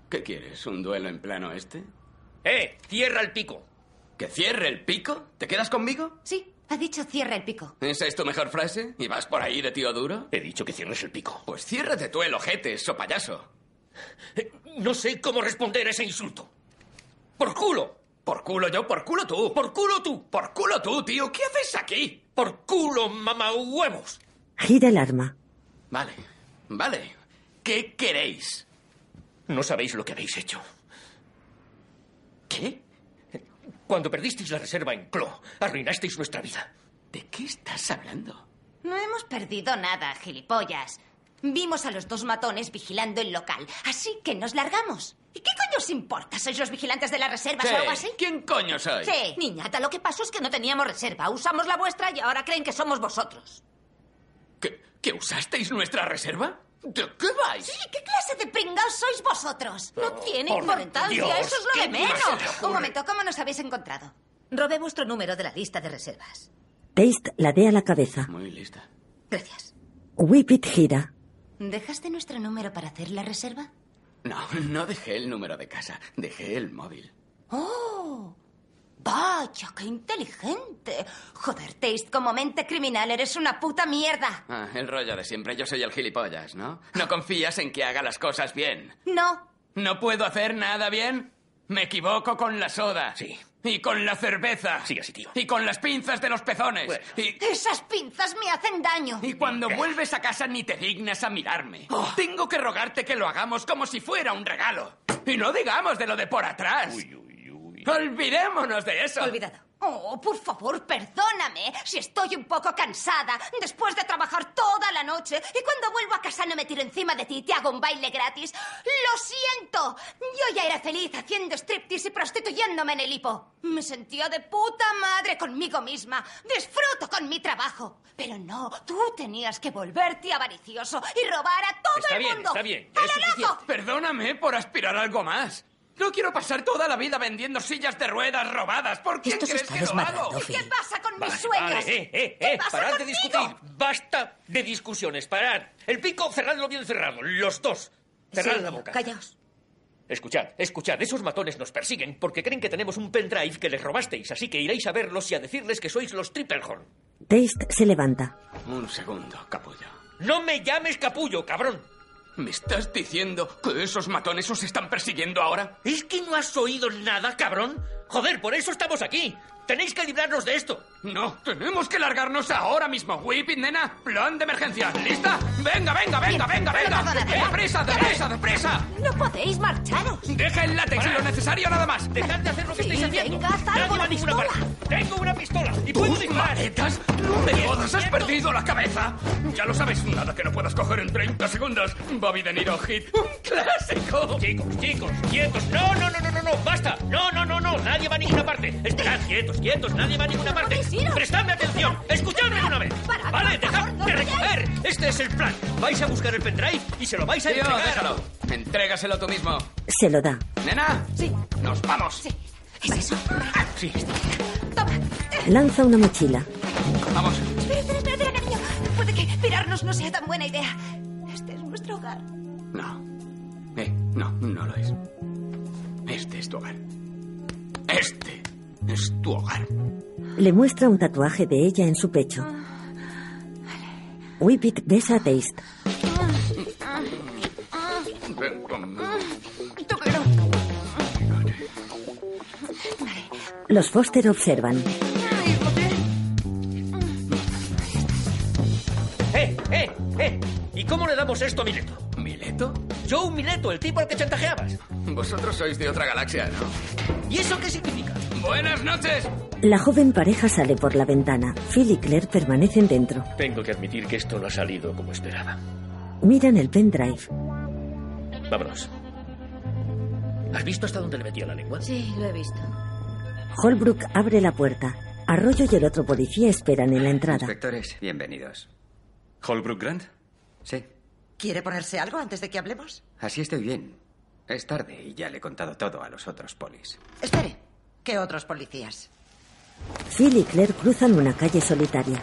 Speaker 4: ¿Qué quieres? ¿Un duelo en plano este?
Speaker 6: ¡Eh! ¡Cierra el pico!
Speaker 4: ¿Que cierre el pico? ¿Te quedas conmigo?
Speaker 36: Sí, ha dicho cierra el pico.
Speaker 4: ¿Esa es tu mejor frase? ¿Y vas por ahí de tío duro?
Speaker 6: He dicho que cierres el pico.
Speaker 4: Pues ciérrate tú el ojete, so payaso.
Speaker 6: Eh, No sé cómo responder a ese insulto. ¡Por culo!
Speaker 4: Por culo yo, por culo tú.
Speaker 6: ¡Por culo tú!
Speaker 4: Por culo tú, tío. ¿Qué haces aquí?
Speaker 6: ¡Por culo, mamá huevos!
Speaker 1: Gira el arma.
Speaker 4: Vale, vale. ¿Qué queréis?
Speaker 6: No sabéis lo que habéis hecho.
Speaker 4: ¿Qué?
Speaker 6: Cuando perdisteis la reserva en Clo, arruinasteis nuestra vida.
Speaker 4: ¿De qué estás hablando?
Speaker 22: No hemos perdido nada, gilipollas. Vimos a los dos matones vigilando el local, así que nos largamos. ¿Y qué coño os importa? ¿Sois los vigilantes de las reservas
Speaker 4: Sí.
Speaker 22: o algo así?
Speaker 4: ¿Quién coño soy?
Speaker 22: Sí.
Speaker 5: Niñata, lo que pasó es que no teníamos reserva. Usamos la vuestra y ahora creen que somos vosotros.
Speaker 4: ¿Que, que usasteis nuestra reserva? ¿De qué vais?
Speaker 22: Sí, ¿qué clase de pringaos sois vosotros?
Speaker 5: No tiene
Speaker 6: Oh, por
Speaker 5: importancia,
Speaker 6: Dios,
Speaker 5: eso es lo
Speaker 6: ¿qué
Speaker 5: de menos.
Speaker 6: más se te ocurre?
Speaker 36: Un momento, ¿cómo nos habéis encontrado?
Speaker 5: Robé vuestro número de la lista de reservas.
Speaker 1: Taste ladea la cabeza.
Speaker 4: Muy lista.
Speaker 5: Gracias.
Speaker 1: Whippet gira.
Speaker 36: ¿Dejaste nuestro número para hacer la reserva?
Speaker 4: No, no dejé el número de casa. Dejé el móvil.
Speaker 22: ¡Oh! ¡Vaya, qué inteligente! Joder, Taste, como mente criminal eres una puta mierda.
Speaker 4: Ah, el rollo de siempre. Yo soy el gilipollas, ¿no? No confías en que haga las cosas bien.
Speaker 22: No,
Speaker 4: ¿No puedo hacer nada bien? Me equivoco con la soda.
Speaker 6: Sí.
Speaker 4: Y con la cerveza.
Speaker 6: Sí, así, tío.
Speaker 4: Y con las pinzas de los pezones.
Speaker 6: Bueno.
Speaker 4: Y,
Speaker 22: esas pinzas me hacen daño.
Speaker 4: y cuando vuelves a casa ni te dignas a mirarme.
Speaker 6: Oh.
Speaker 4: Tengo que rogarte que lo hagamos como si fuera un regalo. Y no digamos de lo de por atrás.
Speaker 6: Uy, uy, uy.
Speaker 4: Olvidémonos de eso.
Speaker 5: Olvidado.
Speaker 22: Oh, por favor, perdóname si estoy un poco cansada después de trabajar toda la noche y cuando vuelvo a casa no me tiro encima de ti y te hago un baile gratis. ¡Lo siento! Yo ya era feliz haciendo striptease y prostituyéndome en el hipo. Me sentía de puta madre conmigo misma. Disfruto con mi trabajo. Pero no, tú tenías que volverte avaricioso y robar a todo
Speaker 6: Está
Speaker 22: el
Speaker 6: bien,
Speaker 22: mundo.
Speaker 6: está bien,
Speaker 22: ¡A
Speaker 6: es
Speaker 22: lo
Speaker 6: suficiente.
Speaker 22: loco!
Speaker 6: Perdóname por aspirar algo más. No quiero pasar toda la vida vendiendo sillas de ruedas robadas. ¿Por quién
Speaker 22: Esto se
Speaker 6: crees
Speaker 22: está
Speaker 6: que lo
Speaker 22: desmadrando,
Speaker 6: hago?
Speaker 22: ¿Y qué pasa con mis
Speaker 6: Vale,
Speaker 22: sueños?
Speaker 6: vale,
Speaker 15: Eh, eh,
Speaker 22: ¿Qué
Speaker 15: eh,
Speaker 22: pasa
Speaker 15: parad de
Speaker 22: contigo?
Speaker 15: discutir. Basta de discusiones, parad. El pico, cerradlo bien cerrado, los dos. Cerrad
Speaker 5: Sí,
Speaker 15: la boca.
Speaker 5: Callaos.
Speaker 15: Escuchad, escuchad, esos matones nos persiguen porque creen que tenemos un pendrive que les robasteis, así que iréis a verlos y a decirles que sois los Triplehorn.
Speaker 1: Taste se levanta.
Speaker 6: Un segundo, capullo.
Speaker 15: No me llames capullo, cabrón.
Speaker 6: ¿Me estás diciendo que esos matones os están persiguiendo ahora?
Speaker 15: ¿Es que no has oído nada, cabrón? Joder, por eso estamos aquí. Tenéis que librarnos de esto.
Speaker 6: No, tenemos que largarnos ahora mismo. Whipping, nena, plan de emergencia. ¿Lista? Venga, venga, venga, venga, venga. ¡Deprisa, depresa, depresa!
Speaker 22: No podéis marcharos.
Speaker 6: Deja el látex y lo necesario nada más. Dejad de hacer lo que
Speaker 22: Sí,
Speaker 6: estáis haciendo.
Speaker 22: venga, haz algo,
Speaker 6: Nadie va a
Speaker 22: la
Speaker 6: ninguna
Speaker 22: pistola.
Speaker 6: parte. Tengo una pistola y puedo disparar. maletas? No me jodas, has perdido la cabeza. Ya lo sabes, nada que no puedas coger en 30 segundos. Bobby De Niro
Speaker 15: [laughs]
Speaker 6: Hit, un clásico.
Speaker 15: Chicos, chicos, quietos. No, no, no, no, no, no, basta. No, no, no, no, nadie va a ninguna parte. Esperad, quietos, quietos, nadie va a ninguna parte. Prestadme atención, escuchadme de una vez. Vale, dejad de recoger. Este es el plan. Vais a buscar el pendrive y se lo vais a
Speaker 6: Tío,
Speaker 15: entregar.
Speaker 6: déjalo. Entrégaselo tú mismo.
Speaker 1: Se lo da.
Speaker 6: Nena, sí. nos vamos. Sí.
Speaker 22: ¿Es eso?
Speaker 6: sí.
Speaker 1: Lanza una mochila.
Speaker 6: Vamos.
Speaker 22: Espera, espera, espera, espera, cariño. Puede que pirarnos no sea tan buena idea. Este es nuestro hogar.
Speaker 6: No. Eh, no, no lo es. Este es tu hogar. Este es tu hogar.
Speaker 1: Le muestra un tatuaje de ella en su pecho. Whippet besa a Taste.
Speaker 6: Ven conmigo.
Speaker 1: Los Foster observan.
Speaker 15: ¡Eh, eh, eh! ¿Y cómo le damos esto a Mileto?
Speaker 6: ¿Mileto?
Speaker 15: Joe Mileto, el tipo al que chantajeabas.
Speaker 6: Vosotros sois de otra galaxia, ¿no?
Speaker 15: ¿Y eso qué significa?
Speaker 6: Buenas noches.
Speaker 1: La joven pareja sale por la ventana. Phil y Claire permanecen dentro.
Speaker 15: Tengo que admitir que esto no ha salido como esperaba.
Speaker 1: Miran el pendrive.
Speaker 15: Vámonos. ¿Has visto hasta dónde le metía la lengua?
Speaker 5: Sí, lo he visto.
Speaker 1: Holbrook abre la puerta. Arroyo y el otro policía esperan en la entrada.
Speaker 4: Inspectores, bienvenidos.
Speaker 37: ¿Holbrook Grant?
Speaker 4: Sí,
Speaker 38: ¿Quiere ponerse algo antes de que hablemos?
Speaker 4: así estoy bien. Es tarde y ya le he contado todo a los otros polis.
Speaker 38: Espere. ¿Qué otros policías?
Speaker 1: Phil y Claire cruzan una calle solitaria.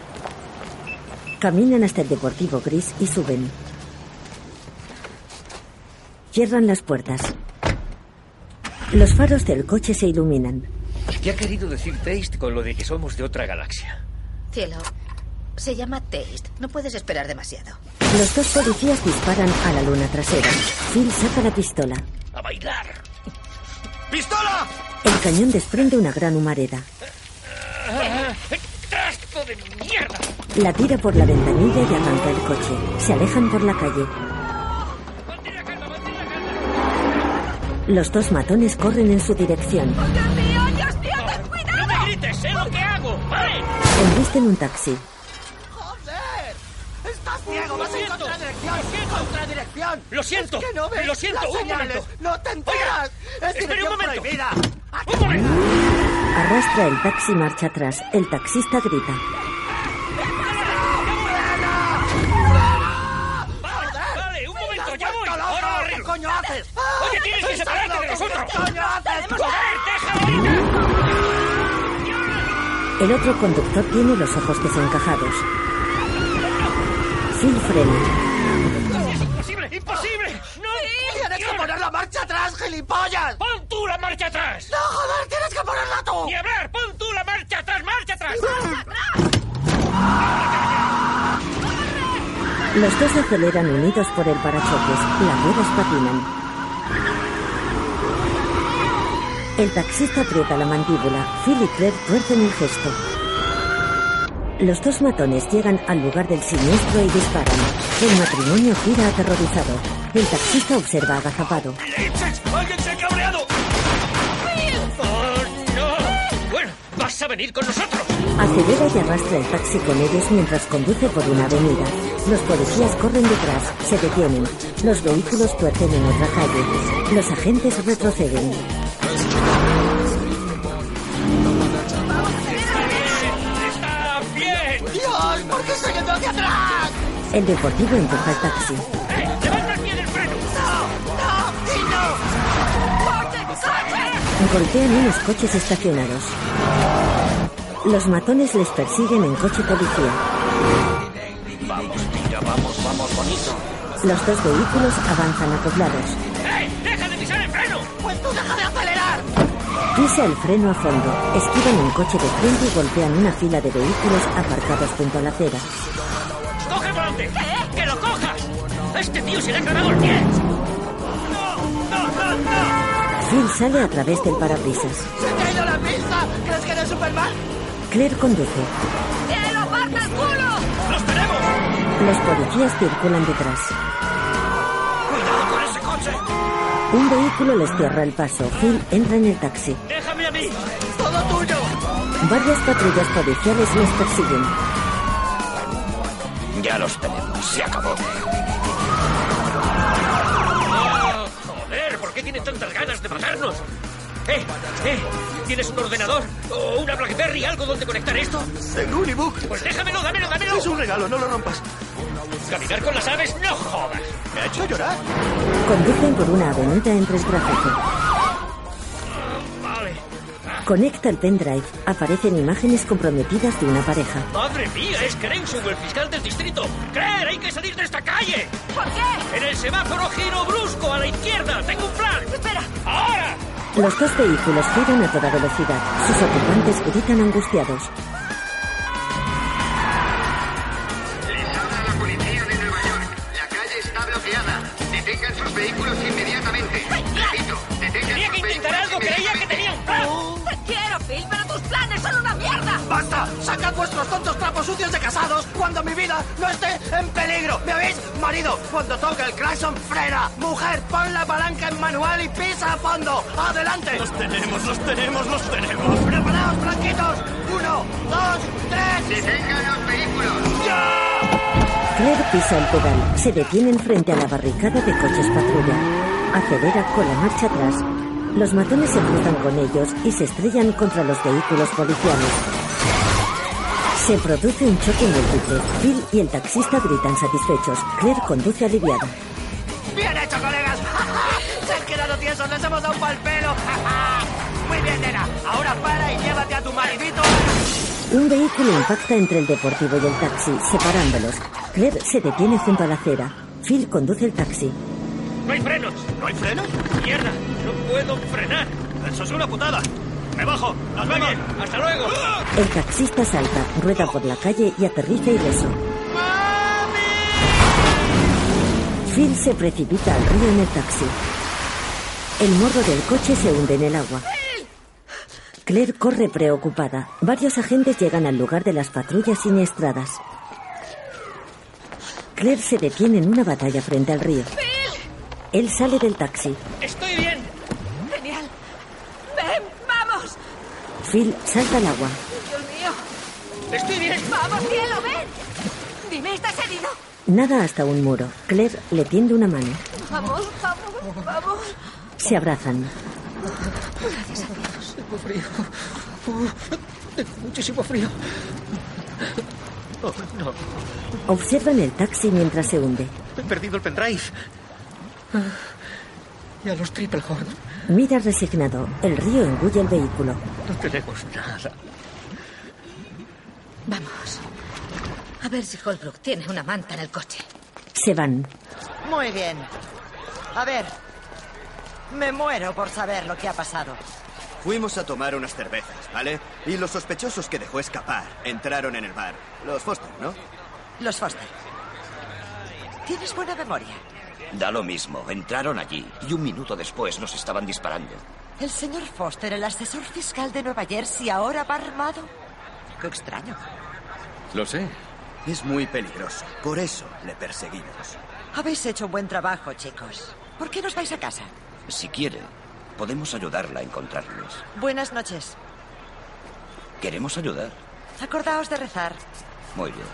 Speaker 1: Caminan hasta el deportivo gris y suben. Cierran las puertas. Los faros del coche se iluminan.
Speaker 15: ¿Qué ha querido decir Taste con lo de que somos de otra galaxia?
Speaker 5: Cielo, se llama Taste. No puedes esperar demasiado.
Speaker 1: Los dos policías disparan a la luna trasera. Phil saca la pistola.
Speaker 15: ¡A bailar!
Speaker 6: ¡Pistola!
Speaker 1: El cañón desprende una gran humareda.
Speaker 15: ¡Asco de mierda!
Speaker 1: La tira por la ventanilla y arranca el coche. Se alejan por la calle. Los dos matones corren en su dirección.
Speaker 15: ¡No me grites! ¡Sé lo que hago! ¡Vale!
Speaker 1: Embisten un taxi.
Speaker 23: ¡Estás ciego!
Speaker 15: Lo
Speaker 23: ¡Vas en
Speaker 15: siento,
Speaker 23: contradirección!
Speaker 15: lo siento.
Speaker 23: ¡Contradirección!
Speaker 15: ¡Lo siento!
Speaker 23: ¡Es que no ves
Speaker 15: ¡Lo siento!
Speaker 23: las
Speaker 15: ¡Un
Speaker 23: señales!
Speaker 15: momento!
Speaker 23: ¡No te enteras! ¡Es
Speaker 15: espere un
Speaker 23: dirección
Speaker 15: momento.
Speaker 23: prohibida!
Speaker 1: Arrastra el taxi marcha atrás. El taxista grita.
Speaker 15: ¡Vale! ¡Un momento! ¡Ya voy!
Speaker 23: ¡Vuelto loco!
Speaker 15: ¡Ahora lo
Speaker 23: ¿Qué
Speaker 15: arreglo!
Speaker 23: coño haces?
Speaker 15: ¡Oye, tienes que
Speaker 23: ¡Sois
Speaker 15: separarte de
Speaker 23: locos!
Speaker 15: nosotros!
Speaker 23: ¿Qué coño haces?
Speaker 1: El otro conductor tiene los ojos desencajados. Phil frena.
Speaker 15: ¡Imposible! ¡Imposible! ¡No!
Speaker 23: ¡Tienes que poner la marcha atrás, gilipollas!
Speaker 15: ¡Pon tú la marcha atrás!
Speaker 23: ¡No, joder! ¡Tienes que ponerla tú!
Speaker 15: ¡Ni hablar! ¡Pon tú la marcha atrás! ¡Marcha atrás!
Speaker 1: Los dos aceleran unidos por el parachoques. Las ruedas patinan. El taxista aprieta la mandíbula. Phil y Claire tuercen el gesto. Los dos matones llegan al lugar del siniestro y disparan. El matrimonio gira aterrorizado. El taxista observa agazapado.
Speaker 15: ¡Leches! ¡Alguien se ha cabreado! ¡Oh, no! Bueno, vas a a venir con nosotros.
Speaker 1: Acelera y arrastra el taxi con ellos mientras conduce por una avenida. Los policías corren detrás, se detienen. Los vehículos tuercen en otra calle. Los agentes retroceden.
Speaker 39: ¡Está bien!
Speaker 40: ¡Dios! ¿Por qué estoy yendo hacia atrás? ¡Eh!
Speaker 1: El deportivo empuja el taxi.
Speaker 39: ¡Levanta bien el freno!
Speaker 40: ¡No! ¡Y no! ¡Corte! ¡Corte!
Speaker 1: Golpean unos coches estacionados. Los matones les persiguen en coche policía.
Speaker 39: Vamos, mira, vamos, vamos, bonito.
Speaker 1: Los dos vehículos avanzan acoplados.
Speaker 39: ¡Eh! ¡Deja de pisar el freno!
Speaker 40: ¡Pues tú deja de acelerar!
Speaker 1: Pisa el freno a fondo, esquivan un coche de frente y golpean una fila de vehículos aparcados junto a la acera.
Speaker 15: ¡Coge volante! ¡Que lo cojas! ¡Este tío se le ha clavado el pie!
Speaker 1: Phil sale a través del parabrisas.
Speaker 40: ¡Se te ha ido la pista! ¿Crees que eres Superman?
Speaker 1: Claire conduce.
Speaker 40: ¡Cielo, aparta el culo!
Speaker 39: ¡Los tenemos!
Speaker 1: Los policías circulan detrás.
Speaker 39: ¡Cuidado con ese coche!
Speaker 1: Un vehículo les cierra el paso. Phil entra en el taxi.
Speaker 39: ¡Déjame a mí!
Speaker 40: ¡Todo tuyo!
Speaker 1: Varias patrullas policiales les persiguen.
Speaker 39: Ya los tenemos, se acabó.
Speaker 15: Oh, ¡Joder! ¿Por qué tienen tantas ganas de matarnos? ¡Eh! ¡Eh! ¿Tienes un ordenador? ¿O una Blackberry? ¿Algo donde conectar esto?
Speaker 40: Tengo un ebook.
Speaker 15: Pues déjamelo, dámelo, dámelo.
Speaker 40: Es un regalo, no lo rompas.
Speaker 15: ¿Caminar con las aves? ¡No jodas!
Speaker 40: Me ha hecho llorar.
Speaker 1: Conducen por una avenida entre el tráfico.
Speaker 15: Vale.
Speaker 1: Conecta el pendrive. Aparecen imágenes comprometidas de una pareja.
Speaker 15: ¡Madre mía! ¡Es Crenshaw, el fiscal del distrito! ¡Claire, hay que salir de esta calle!
Speaker 40: ¿Por qué?
Speaker 15: ¡En el semáforo giro brusco a la izquierda! ¡Tengo un plan!
Speaker 40: Espera.
Speaker 15: ¡Ahora!
Speaker 1: Los dos vehículos giran a toda velocidad. Sus ocupantes gritan angustiados.
Speaker 41: Les habla la policía de Nueva York. La calle está bloqueada. Detengan sus vehículos inmediatamente. Repito, detengan
Speaker 15: Tenía que
Speaker 41: sus
Speaker 15: intentar
Speaker 41: vehículos
Speaker 15: algo, creía que tenía un plan.
Speaker 40: Oh,
Speaker 5: Te quiero, Phil, pero tus planes son una mierda.
Speaker 40: ¡Basta! ¡Sacad vuestros tontos trapos sucios de casados cuando mi vida no esté en peligro! ¿Me oís? Marido, cuando toca el claxon, frena. Mujer, pon la palanca en manual y pisa a fondo. ¡Adelante!
Speaker 39: ¡Los tenemos, los tenemos, los tenemos!
Speaker 40: ¡Preparaos, franquitos! ¡Uno, dos, tres!
Speaker 41: ¡Detengan los vehículos!
Speaker 1: Claire pisa el pedal. Se detienen frente a la barricada de coches patrulla. Acelera con la marcha atrás. Los matones se cruzan con ellos y se estrellan contra los vehículos policiales. Se produce un choque múltiple. Phil y el taxista gritan satisfechos. Claire conduce aliviada.
Speaker 40: ¡Bien hecho, colegas! ¡Se han quedado tiesos! ¡Les hemos dado un pal pelo! Muy bien, nena. Ahora para y llévate a tu maridito.
Speaker 1: Un vehículo impacta entre el deportivo y el taxi, separándolos. Claire se detiene junto a la acera. Phil conduce el taxi.
Speaker 39: ¡No hay frenos! ¿No hay frenos?
Speaker 15: ¡Mierda! ¡No puedo frenar!
Speaker 39: ¡Eso es una putada! ¡Me bajo! ¡Nos vemos!
Speaker 15: ¡Hasta luego!
Speaker 1: El taxista salta, rueda por la calle y aterriza ileso. Phil se precipita al río en el taxi. El morro del coche se hunde en el agua. Claire corre preocupada. Varios agentes llegan al lugar de las patrullas siniestradas. Claire se detiene en una batalla frente al río. Él sale del taxi.
Speaker 15: ¡Estoy bien!
Speaker 5: Genial. Ven, vamos.
Speaker 1: Phil salta al agua.
Speaker 5: Dios mío.
Speaker 15: ¡Estoy bien!
Speaker 5: Vamos, cielo, ven. Dime, ¿estás herido?
Speaker 1: Nada hasta un muro. Claire le tiende una mano.
Speaker 5: Vamos, vamos, vamos.
Speaker 1: Se abrazan.
Speaker 5: Gracias a Dios.
Speaker 15: Tengo frío. Uh, tengo muchísimo frío. Oh, no.
Speaker 1: Observan el taxi mientras se hunde.
Speaker 15: He perdido el pendrive. Ah, Y a los triple horn.
Speaker 1: Mira resignado. El río engulle el vehículo.
Speaker 15: No tenemos nada.
Speaker 5: Vamos.
Speaker 42: A ver si Holbrook tiene una manta en el coche.
Speaker 1: Se van.
Speaker 23: Muy bien. A ver. Me muero por saber lo que ha pasado.
Speaker 6: Fuimos a tomar unas cervezas, ¿vale? Y los sospechosos que dejó escapar entraron en el bar. Los Foster, ¿no?
Speaker 23: Los Foster. Tienes buena memoria.
Speaker 43: Da lo mismo, entraron allí y un minuto después nos estaban disparando.
Speaker 23: El señor Foster, el asesor fiscal de Nueva Jersey, ahora va armado. Qué extraño.
Speaker 44: Lo sé.
Speaker 6: Es muy peligroso. Por eso le perseguimos.
Speaker 23: Habéis hecho un buen trabajo, chicos. ¿Por qué nos vais a casa?
Speaker 43: Si quiere, podemos ayudarla a encontrarlos.
Speaker 23: Buenas noches.
Speaker 45: Queremos ayudar.
Speaker 23: Acordaos de rezar.
Speaker 45: Muy bien.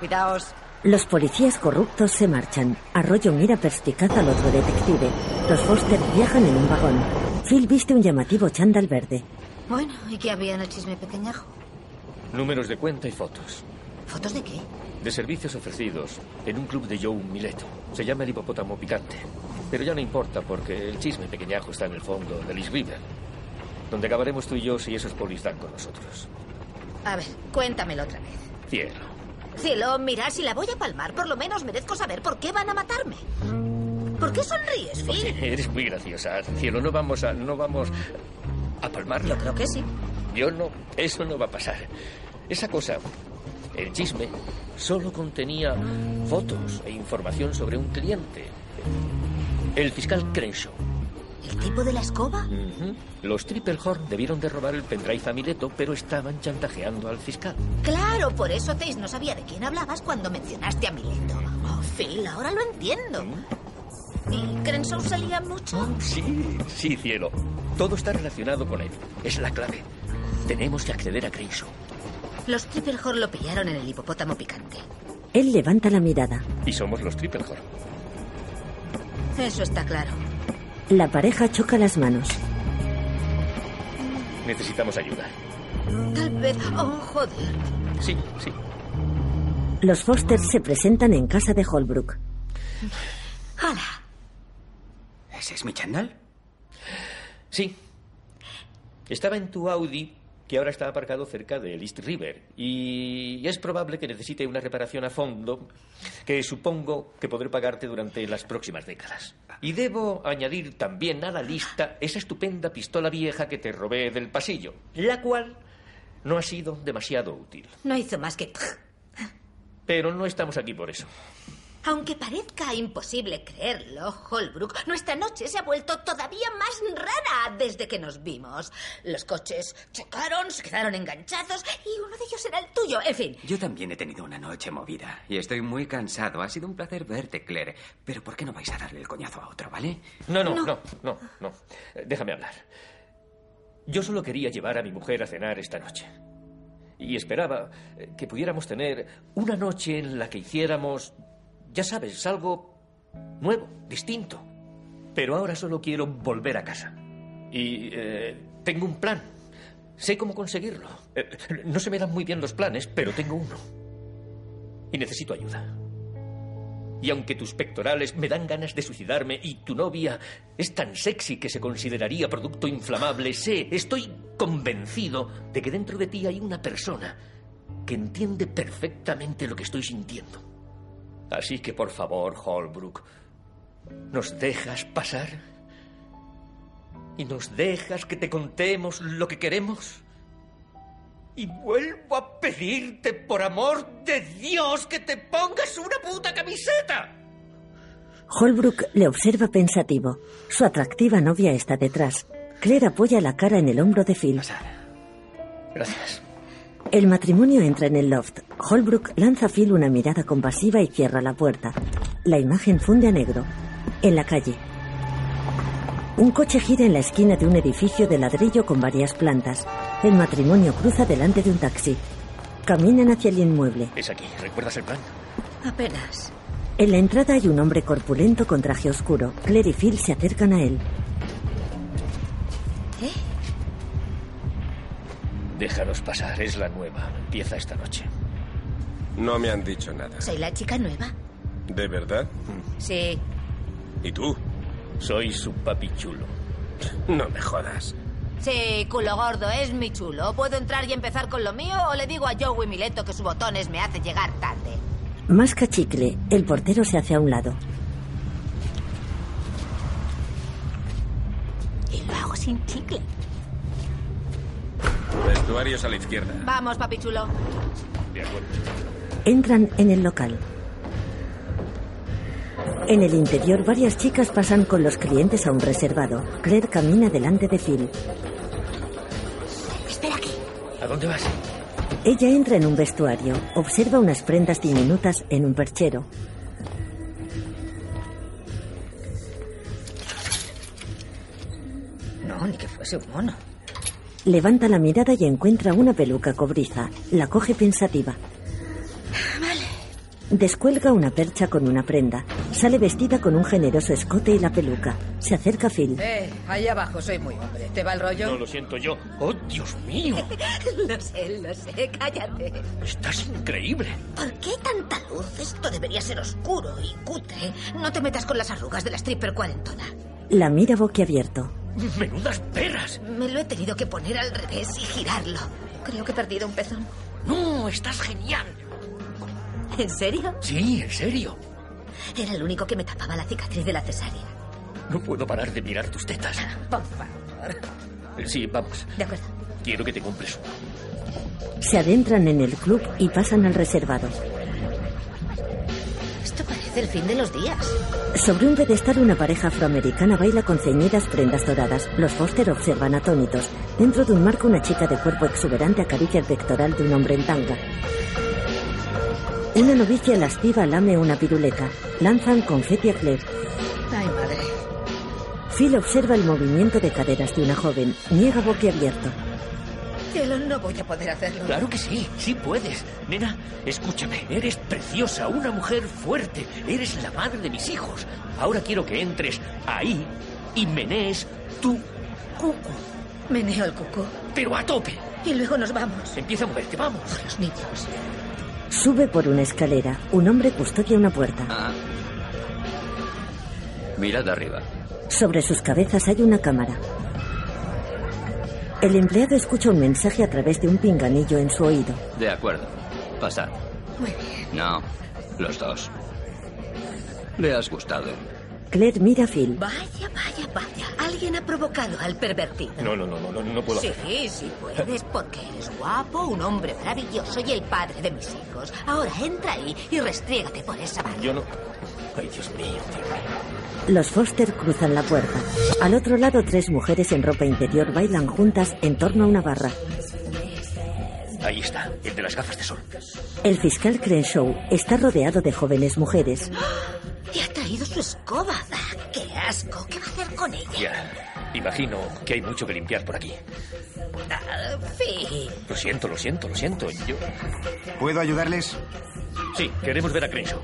Speaker 23: Cuidaos.
Speaker 1: Los policías corruptos se marchan. Arroyo mira perspicaz al otro detective. Los Foster viajan en un vagón. Phil viste un llamativo chándal verde.
Speaker 5: Bueno, ¿y qué había en el chisme pequeñajo?
Speaker 6: Números de cuenta y fotos.
Speaker 5: ¿Fotos de qué?
Speaker 6: De servicios ofrecidos en un club de Joe Mileto. Se llama el hipopótamo picante. Pero ya no importa porque el chisme pequeñajo está en el fondo del East River. Donde acabaremos tú y yo si esos polis dan con nosotros.
Speaker 5: A ver, cuéntamelo otra vez.
Speaker 6: Cielo.
Speaker 5: Cielo, mira, si la voy a palmar, por lo menos merezco saber por qué van a matarme. ¿Por qué sonríes, Phil?
Speaker 6: Porque eres muy graciosa. Cielo, no vamos a. no vamos a palmarlo. Yo
Speaker 5: creo que sí.
Speaker 6: Yo no. Eso no va a pasar. Esa cosa. El chisme solo contenía fotos e información sobre un cliente. El fiscal Crenshaw.
Speaker 5: ¿El tipo de la escoba?
Speaker 6: Ujú. Los Triplehorn debieron de robar el pendrive a Mileto, pero estaban chantajeando al fiscal.
Speaker 5: Claro, por eso Tace no sabía de quién hablabas cuando mencionaste a Mileto. Oh, Phil, ahora lo entiendo. ¿Y Crenshaw salía mucho?
Speaker 6: Sí, sí, cielo. Todo está relacionado con él. Es la clave. Tenemos que acceder a Crenshaw.
Speaker 5: Los Triplehorn lo pillaron en el hipopótamo picante.
Speaker 1: Él levanta la mirada.
Speaker 6: Y somos los Triplehorn.
Speaker 5: Eso está claro.
Speaker 1: La pareja choca las manos.
Speaker 6: Necesitamos ayuda.
Speaker 5: Tal vez... Oh, joder.
Speaker 6: Sí, sí.
Speaker 1: Los Foster se presentan en casa de Holbrook.
Speaker 5: Hola.
Speaker 4: ¿Ese es mi chándal?
Speaker 6: Sí. Estaba en tu Audi, que ahora está aparcado cerca del East River, y es probable que necesite una reparación a fondo que supongo que podré pagarte durante las próximas décadas. Y debo añadir también a la lista esa estupenda pistola vieja que te robé del pasillo, la cual no ha sido demasiado útil.
Speaker 5: No hizo más que...
Speaker 6: Pero no estamos aquí por eso.
Speaker 5: Aunque parezca imposible creerlo, Holbrook, nuestra noche se ha vuelto todavía más rara desde que nos vimos. Los coches chocaron, se quedaron enganchados y uno de ellos era el tuyo. En fin,
Speaker 4: Yo también he tenido una noche movida y estoy muy cansado. Ha sido un placer verte, Claire. Pero ¿por qué no vais a darle el coñazo a otro, vale?
Speaker 6: No, no, no, no, no. Eh, Déjame hablar. Yo solo quería llevar a mi mujer a cenar esta noche. Y esperaba eh, que pudiéramos tener una noche en la que hiciéramos, ya sabes, algo nuevo, distinto. Pero ahora solo quiero volver a casa. Y eh, tengo un plan. Sé cómo conseguirlo. Eh, no se me dan muy bien los planes, pero tengo uno. Y necesito ayuda. Y aunque tus pectorales me dan ganas de suicidarme y tu novia es tan sexy que se consideraría producto inflamable, sé, estoy convencido de que dentro de ti hay una persona que entiende perfectamente lo que estoy sintiendo. Así que por favor, Holbrook, ¿nos dejas pasar? ¿Y nos dejas que te contemos lo que queremos? Y vuelvo a pedirte, por amor de Dios, que te pongas una puta camiseta.
Speaker 1: Holbrook le observa pensativo. Su atractiva novia está detrás. Claire apoya la cara en el hombro de Phil.
Speaker 6: Gracias.
Speaker 1: El matrimonio entra en el loft. Holbrook lanza a Phil una mirada compasiva y cierra la puerta. La imagen funde a negro. En la calle. Un coche gira en la esquina de un edificio de ladrillo con varias plantas. El matrimonio cruza delante de un taxi. Caminan hacia el inmueble.
Speaker 6: Es aquí, ¿recuerdas el plan?
Speaker 5: apenas.
Speaker 1: En la entrada hay un hombre corpulento con traje oscuro. Claire y Phil se acercan a él.
Speaker 5: ¿Eh?
Speaker 6: Déjanos pasar, es la nueva. Empieza esta noche.
Speaker 46: No me han dicho nada.
Speaker 5: ¿Soy la chica nueva?
Speaker 46: ¿De verdad?
Speaker 5: Sí.
Speaker 46: ¿Y tú?
Speaker 6: Soy su papi chulo.
Speaker 46: No me jodas.
Speaker 5: Sí, culo gordo, es mi chulo. ¿Puedo entrar y empezar con lo mío o le digo a Joey Mileto que su botones me hace llegar tarde?
Speaker 1: Masca chicle. El portero se hace a un lado.
Speaker 5: Y lo hago sin chicle.
Speaker 46: Vestuarios a la izquierda.
Speaker 5: Vamos, papi chulo.
Speaker 46: De acuerdo.
Speaker 1: Entran en el local. En el interior, varias chicas pasan con los clientes a un reservado. Claire camina delante de Phil.
Speaker 5: Espera aquí.
Speaker 6: ¿A dónde vas?
Speaker 1: Ella entra en un vestuario, observa unas prendas diminutas en un perchero.
Speaker 5: No, ni que fuese un mono.
Speaker 1: Levanta la mirada y encuentra una peluca cobriza. La coge pensativa. Descuelga una percha con una prenda. Sale vestida con un generoso escote y la peluca. Se acerca a Phil.
Speaker 5: Eh, ahí abajo soy muy hombre. ¿Te va el rollo?
Speaker 15: No lo siento yo. ¡Oh, Dios mío!
Speaker 5: [laughs] lo sé, lo sé. Cállate.
Speaker 15: Estás increíble.
Speaker 5: ¿Por qué tanta luz? Esto debería ser oscuro y cutre. No te metas con las arrugas de la stripper cuarentona.
Speaker 1: La mira boquiabierto.
Speaker 15: ¡Menudas perras!
Speaker 5: Me lo he tenido que poner al revés y girarlo. Creo que he perdido un pezón.
Speaker 15: ¡No! ¡Estás genial!
Speaker 5: ¿En serio?
Speaker 15: Sí, en serio.
Speaker 5: Era el único que me tapaba la cicatriz de la cesárea.
Speaker 15: No puedo parar de mirar tus tetas. Eh,
Speaker 5: Por favor.
Speaker 15: Sí, vamos.
Speaker 5: De acuerdo.
Speaker 15: Quiero que te compres una.
Speaker 1: Se adentran en el club y pasan al reservado.
Speaker 5: Esto parece el fin de los días.
Speaker 1: Sobre un pedestal una pareja afroamericana baila con ceñidas prendas doradas. Los Foster observan atónitos. Dentro de un marco una chica de cuerpo exuberante acaricia el pectoral de un hombre en tanga. Una novicia lastiva lame una piruleta. Lanzan confeti a Claire.
Speaker 5: Ay, madre.
Speaker 1: Phil observa el movimiento de caderas de una joven. Niega boquiabierto.
Speaker 5: Cielo, no voy a poder hacerlo.
Speaker 15: Claro que sí, sí puedes. Nena, escúchame, eres preciosa, una mujer fuerte, eres la madre de mis hijos. Ahora quiero que entres ahí y menees tu cucu.
Speaker 5: Meneo el cuco.
Speaker 15: Pero a tope.
Speaker 5: Y luego nos vamos.
Speaker 15: Empieza a moverte, vamos.
Speaker 5: Los niños.
Speaker 1: Sube por una escalera. Un hombre custodia una puerta.
Speaker 4: Mirad arriba.
Speaker 1: Sobre sus cabezas hay una cámara. El empleado escucha un mensaje a través de un pinganillo en su oído.
Speaker 4: De acuerdo. Pasad.
Speaker 5: Muy bien.
Speaker 4: No, los dos. Le has gustado.
Speaker 1: Claire mira a Phil.
Speaker 5: Vaya, vaya, vaya. Alguien ha provocado al pervertido.
Speaker 15: No, no, no, no, no, no puedo
Speaker 5: Sí,
Speaker 15: hacerlo.
Speaker 5: sí puedes, porque eres guapo, un hombre maravilloso y el padre de mis hijos. Ahora entra ahí y restriégate por esa barra.
Speaker 15: Yo no. Ay, Dios mío, Dios mío.
Speaker 1: Los Foster cruzan la puerta. Al otro lado, tres mujeres en ropa interior bailan juntas en torno a una barra.
Speaker 15: Ahí está, el de las gafas de sol.
Speaker 1: El fiscal Crenshaw está rodeado de jóvenes mujeres.
Speaker 5: Te ha traído su escoba, Zack. ¡Qué asco! ¿Qué va a hacer con ella?
Speaker 15: Ya. Imagino que hay mucho que limpiar por aquí.
Speaker 5: Ah, Phil.
Speaker 15: Lo siento, lo siento, lo siento. Yo...
Speaker 47: ¿Puedo ayudarles?
Speaker 15: Sí, queremos ver a Crenshaw.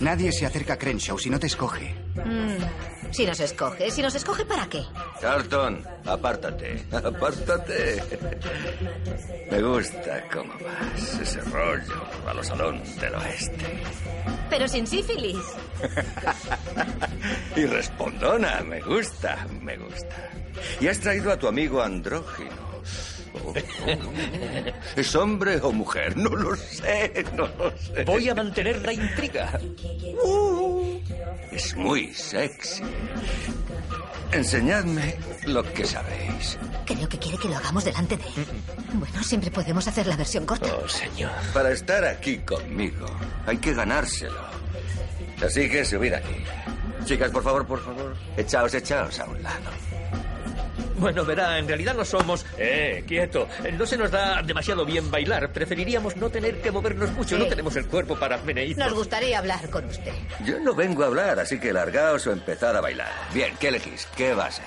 Speaker 47: Nadie se acerca a Crenshaw si no te escoge.
Speaker 5: Mm, Si nos escoge, si nos escoge, ¿para qué?
Speaker 48: Carlton, apártate, apártate. Me gusta cómo vas, ese rollo a los salón del oeste.
Speaker 5: Pero sin sífilis.
Speaker 48: Y respondona, me gusta, me gusta. Y has traído a tu amigo andrógino. Oh, oh. ¿Es hombre o mujer? No lo sé, no lo sé.
Speaker 15: Voy a mantener la intriga.
Speaker 48: Es muy sexy. Enseñadme lo que sabéis.
Speaker 5: Creo que quiere que lo hagamos delante de él. Bueno, siempre podemos hacer la versión corta.
Speaker 15: Oh, señor.
Speaker 48: Para estar aquí conmigo, hay que ganárselo. Así que subid aquí. Chicas, por favor, por favor, echaos, echaos a un lado.
Speaker 15: Bueno, verá, en realidad no somos... Eh, quieto. No se nos da demasiado bien bailar. Preferiríamos no tener que movernos mucho.
Speaker 5: Sí.
Speaker 15: No tenemos el cuerpo para meneitos.
Speaker 5: Nos gustaría hablar con usted.
Speaker 48: Yo no vengo a hablar, así que largaos o empezad a bailar. Bien, ¿qué elegís? ¿Qué va a ser?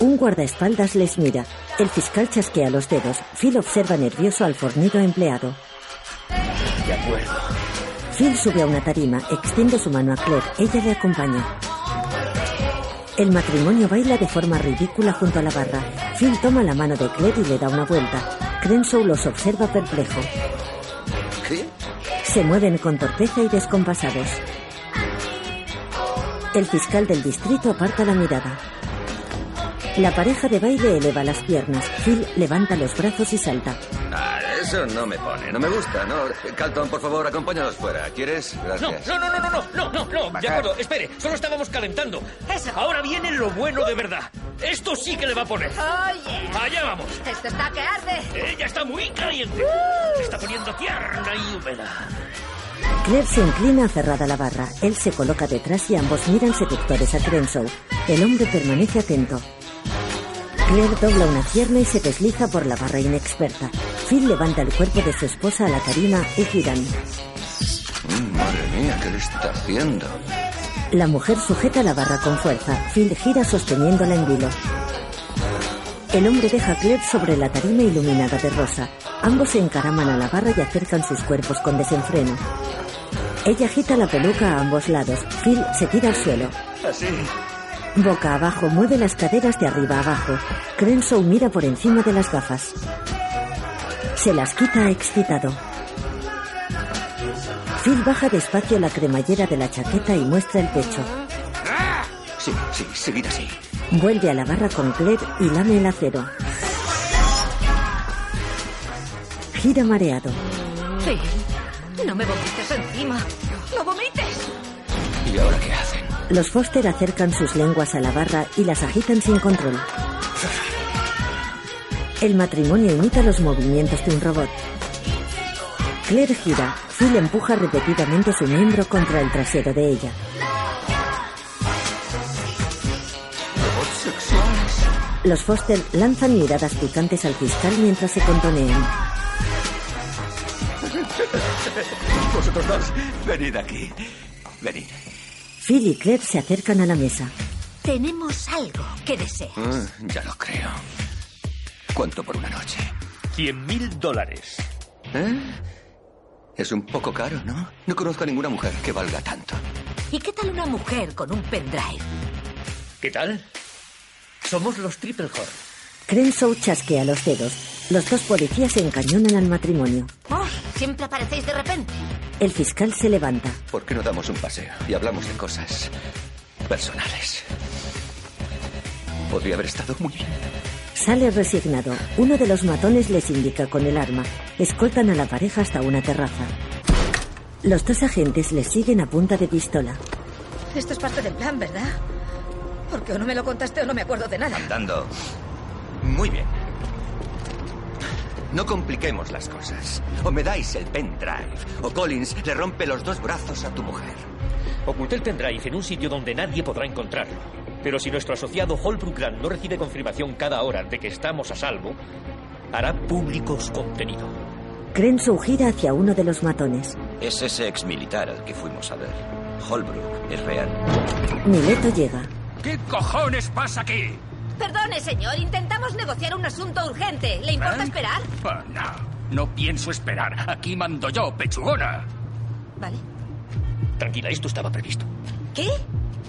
Speaker 1: Un guardaespaldas les mira. El fiscal chasquea los dedos. Phil observa nervioso al fornido empleado.
Speaker 15: De acuerdo.
Speaker 1: Phil sube a una tarima, extiende su mano a Claire. Ella le acompaña. El matrimonio baila de forma ridícula junto a la barra. Phil toma la mano de Claire y le da una vuelta. Crenshaw los observa perplejo.
Speaker 48: ¿Qué?
Speaker 1: Se mueven con torpeza y descompasados. El fiscal del distrito aparta la mirada. La pareja de baile eleva las piernas. Phil levanta los brazos y salta.
Speaker 48: Ah, eso no me pone, no me gusta, ¿no? Calton, por favor, acompáñanos fuera. ¿Quieres?
Speaker 15: No,
Speaker 48: Gracias.
Speaker 15: no, no, no, no, no, no, no, no. De acuerdo, espere. Solo estábamos calentando. Ahora viene lo bueno de verdad. Esto sí que le va a poner.
Speaker 5: Oye,
Speaker 15: Allá vamos.
Speaker 5: esto está que arde.
Speaker 15: Ella está muy caliente. Se está poniendo tierna y húmeda.
Speaker 1: Claire se inclina cerrada la barra. Él se coloca detrás y ambos miran seductores a Crenshaw. El hombre permanece atento. Claire dobla una pierna y se desliza por la barra inexperta. Phil levanta el cuerpo de su esposa a la tarima y giran.
Speaker 48: Mm, madre mía, ¿qué le está haciendo?
Speaker 1: La mujer sujeta la barra con fuerza. Phil gira sosteniéndola en vilo. El hombre deja a Claire sobre la tarima iluminada de rosa. Ambos se encaraman a la barra y acercan sus cuerpos con desenfreno. Ella agita la peluca a ambos lados. Phil se tira al suelo.
Speaker 6: Así.
Speaker 1: Boca abajo mueve las caderas de arriba abajo. Crenshaw mira por encima de las gafas. Se las quita excitado. Phil baja despacio la cremallera de la chaqueta y muestra el pecho.
Speaker 4: Sí, sí, seguid así.
Speaker 1: Vuelve a la barra con Claire y lame el acero. Gira mareado.
Speaker 49: Phil, no me vomites encima. ¡No vomites!
Speaker 4: ¿Y ahora qué hacen?
Speaker 1: Los Foster acercan sus lenguas a la barra y las agitan sin control. El matrimonio imita los movimientos de un robot. Claire gira. Phil empuja repetidamente su miembro contra el trasero de ella.
Speaker 50: Robots sexuales.
Speaker 1: Los Foster lanzan miradas picantes al fiscal mientras se contonean.
Speaker 51: Vosotros dos, venid aquí. Venid.
Speaker 1: Phil y Claire se acercan a la mesa.
Speaker 49: Tenemos algo que desear.
Speaker 4: Ah, ya lo creo. ¿Cuánto por una noche? ¿Eh?
Speaker 52: Cien mil dólares.
Speaker 4: Es un poco caro, ¿no? No conozco a ninguna mujer que valga tanto.
Speaker 49: ¿Y qué tal una mujer con un pendrive?
Speaker 52: ¿Qué tal? Somos los Triple Horn.
Speaker 1: Crenshaw chasquea los dedos. Los dos policías se encañonan al matrimonio.
Speaker 49: ¡Ay! Siempre aparecéis de repente.
Speaker 1: El fiscal se levanta.
Speaker 4: ¿Por qué no damos un paseo y hablamos de cosas personales? Podría haber estado muy bien.
Speaker 1: Sale resignado. Uno de los matones les indica con el arma. Escoltan a la pareja hasta una terraza. Los dos agentes les siguen a punta de pistola.
Speaker 49: Esto es parte del plan, ¿verdad? Porque o no me lo contaste o no me acuerdo de nada.
Speaker 4: Dando. Muy bien. No compliquemos las cosas. O me dais el pendrive, o Collins le rompe los dos brazos a tu mujer.
Speaker 15: Oculté el pendrive en un sitio donde nadie podrá encontrarlo. Pero si nuestro asociado Holbrook Grant no recibe confirmación cada hora de que estamos a salvo, hará público su contenido.
Speaker 1: Crenshaw gira hacia uno de los matones.
Speaker 53: Es ese ex militar al que fuimos a ver. Holbrook es real.
Speaker 1: Mileto llega.
Speaker 6: ¿Qué cojones pasa aquí?
Speaker 5: Perdone, señor, intentamos negociar un asunto urgente. ¿Le importa
Speaker 6: ¿Eh?
Speaker 5: esperar?
Speaker 6: Ah, no, no pienso esperar. Aquí mando yo, pechugona.
Speaker 5: Vale.
Speaker 15: Tranquila, esto estaba previsto.
Speaker 5: ¿Qué?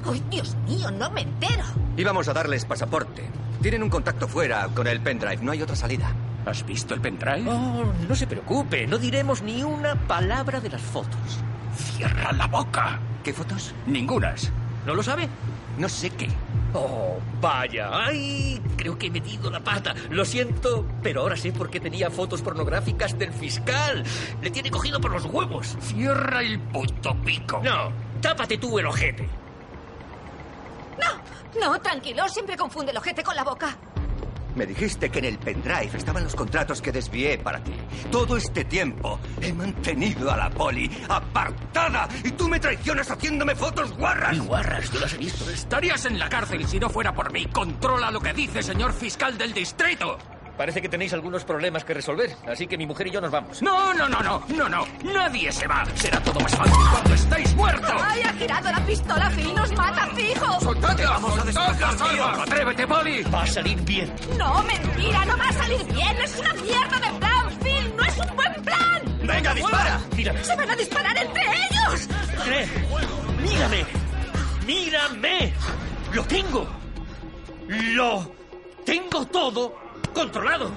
Speaker 5: ¡Ay, Dios mío, no me entero!
Speaker 4: Íbamos a darles pasaporte. Tienen un contacto fuera con el pendrive, no hay otra salida.
Speaker 6: ¿Has visto el pendrive?
Speaker 15: Oh, no se preocupe, no diremos ni una palabra de las fotos.
Speaker 6: Cierra la boca.
Speaker 4: ¿Qué fotos?
Speaker 6: Ningunas.
Speaker 15: ¿No lo sabe?
Speaker 4: No sé qué.
Speaker 15: Oh, vaya. Ay, creo que he metido la pata. Lo siento, pero ahora sé por qué tenía fotos pornográficas del fiscal. Le tiene cogido por los huevos.
Speaker 6: Cierra el puto pico.
Speaker 15: No, tápate tú el ojete.
Speaker 5: No, tranquilo, siempre confunde el ojete con la boca.
Speaker 4: Me dijiste que en el pendrive estaban los contratos que desvié para ti. Todo este tiempo he mantenido a la poli apartada y tú me traicionas haciéndome fotos guarras.
Speaker 6: Guarras, yo las he visto. Estarías en la cárcel si no fuera por mí. Controla lo que dice, señor fiscal del distrito.
Speaker 15: Parece que tenéis algunos problemas que resolver, así que mi mujer y yo nos vamos.
Speaker 6: No, no, no, no, no, no. Nadie se va. Será todo más fácil cuando estéis muertos.
Speaker 5: ¡Ay, ha girado la pistola, Phil! ¡Nos mata, fijo!
Speaker 6: ¡Soltadla! ¡Soltadla, Salva! ¡Atrévete, Polly!
Speaker 15: Va a salir bien.
Speaker 5: ¡No, mentira! ¡No va a salir bien! ¡Es una mierda de plan, Phil! ¡No es un buen plan!
Speaker 6: ¡Venga, dispara!
Speaker 15: Mírame.
Speaker 5: ¡Se van a disparar entre ellos!
Speaker 15: Tre, mírame. Mírame. Lo tengo. Lo tengo todo controlado.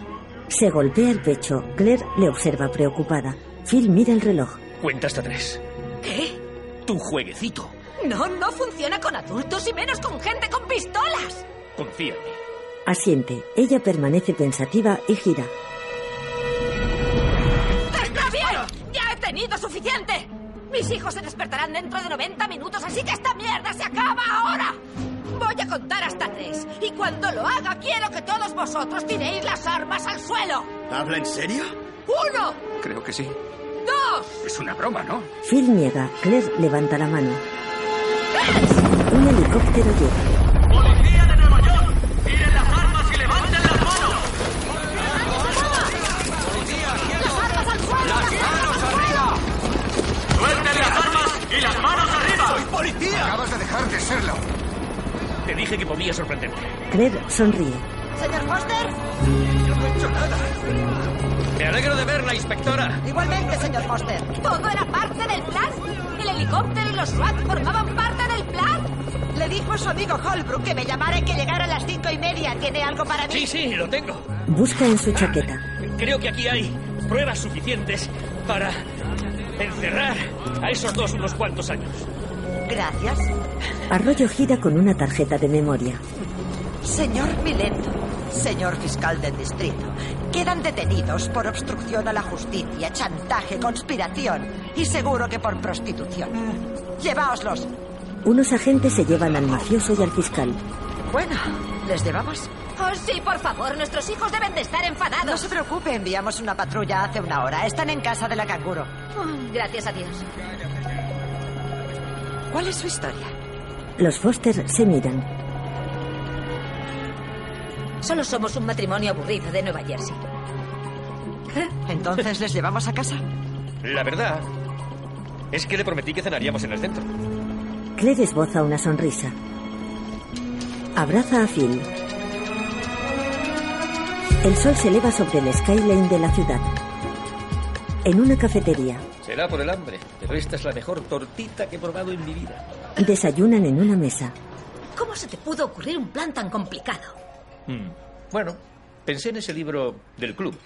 Speaker 1: Se golpea el pecho. Claire le observa preocupada. Phil mira el reloj.
Speaker 15: Cuenta hasta tres.
Speaker 5: ¿Qué?
Speaker 15: Tu jueguecito.
Speaker 5: No, no funciona con adultos y menos con gente con pistolas.
Speaker 15: Confía en mí.
Speaker 1: Asiente. Ella permanece pensativa y gira.
Speaker 5: ¡Está bien! ¡Ya he tenido suficiente! Mis hijos se despertarán dentro de 90 minutos, así que esta mierda se acaba ahora. Voy a contar hasta tres. Y cuando lo haga, quiero que todos vosotros tiréis las armas al suelo.
Speaker 50: ¿Habla en serio?
Speaker 5: ¡Uno!
Speaker 4: Creo que sí.
Speaker 5: ¡Dos!
Speaker 6: Es una broma, ¿no?
Speaker 1: Phil niega. Claire levanta la mano. Un helicóptero llega.
Speaker 50: ¡Soy policía!
Speaker 54: Acabas de dejar de serlo.
Speaker 15: Te dije que podía sorprenderte.
Speaker 1: Claire sonríe.
Speaker 3: señor Foster?
Speaker 55: Yo no he hecho nada. Me alegro de verla, inspectora.
Speaker 3: Igualmente, señor Foster.
Speaker 10: ¿Todo era parte del plan? ¿El helicóptero y los SWAT formaban parte del plan?
Speaker 3: Le dijo su amigo Holbrook que me llamara y que llegara a las cinco y media. ¿Tiene algo para mí?
Speaker 56: Sí, sí, lo tengo.
Speaker 1: Busca en su chaqueta.
Speaker 56: Creo que aquí hay pruebas suficientes para encerrar a esos dos unos cuantos años.
Speaker 3: Gracias.
Speaker 1: Arroyo gira con una tarjeta de memoria.
Speaker 3: Señor Mileto, señor fiscal del distrito, quedan detenidos por obstrucción a la justicia, chantaje, conspiración y seguro que por prostitución. Lleváoslos.
Speaker 1: Unos agentes se llevan al mafioso y al fiscal.
Speaker 3: Bueno, ¿les llevamos?
Speaker 10: Oh, sí, por favor, nuestros hijos deben de estar enfadados.
Speaker 3: No se preocupe, enviamos una patrulla hace una hora. Están en casa de la canguro.
Speaker 10: Oh, Gracias a Dios.
Speaker 3: ¿Cuál es su historia?
Speaker 1: Los Foster se miran.
Speaker 5: Solo somos un matrimonio aburrido de Nueva Jersey.
Speaker 3: Entonces les llevamos a casa.
Speaker 15: La verdad es que le prometí que cenaríamos en el centro.
Speaker 1: Claire esboza una sonrisa. Abraza a Phil. El sol se eleva sobre el skyline de la ciudad. En una cafetería,
Speaker 6: Será por el hambre, pero esta es la mejor tortita que he probado en mi vida.
Speaker 1: desayunan en una mesa.
Speaker 5: ¿Cómo se te pudo ocurrir un plan tan complicado?
Speaker 6: Mm. Bueno, pensé en ese libro del club.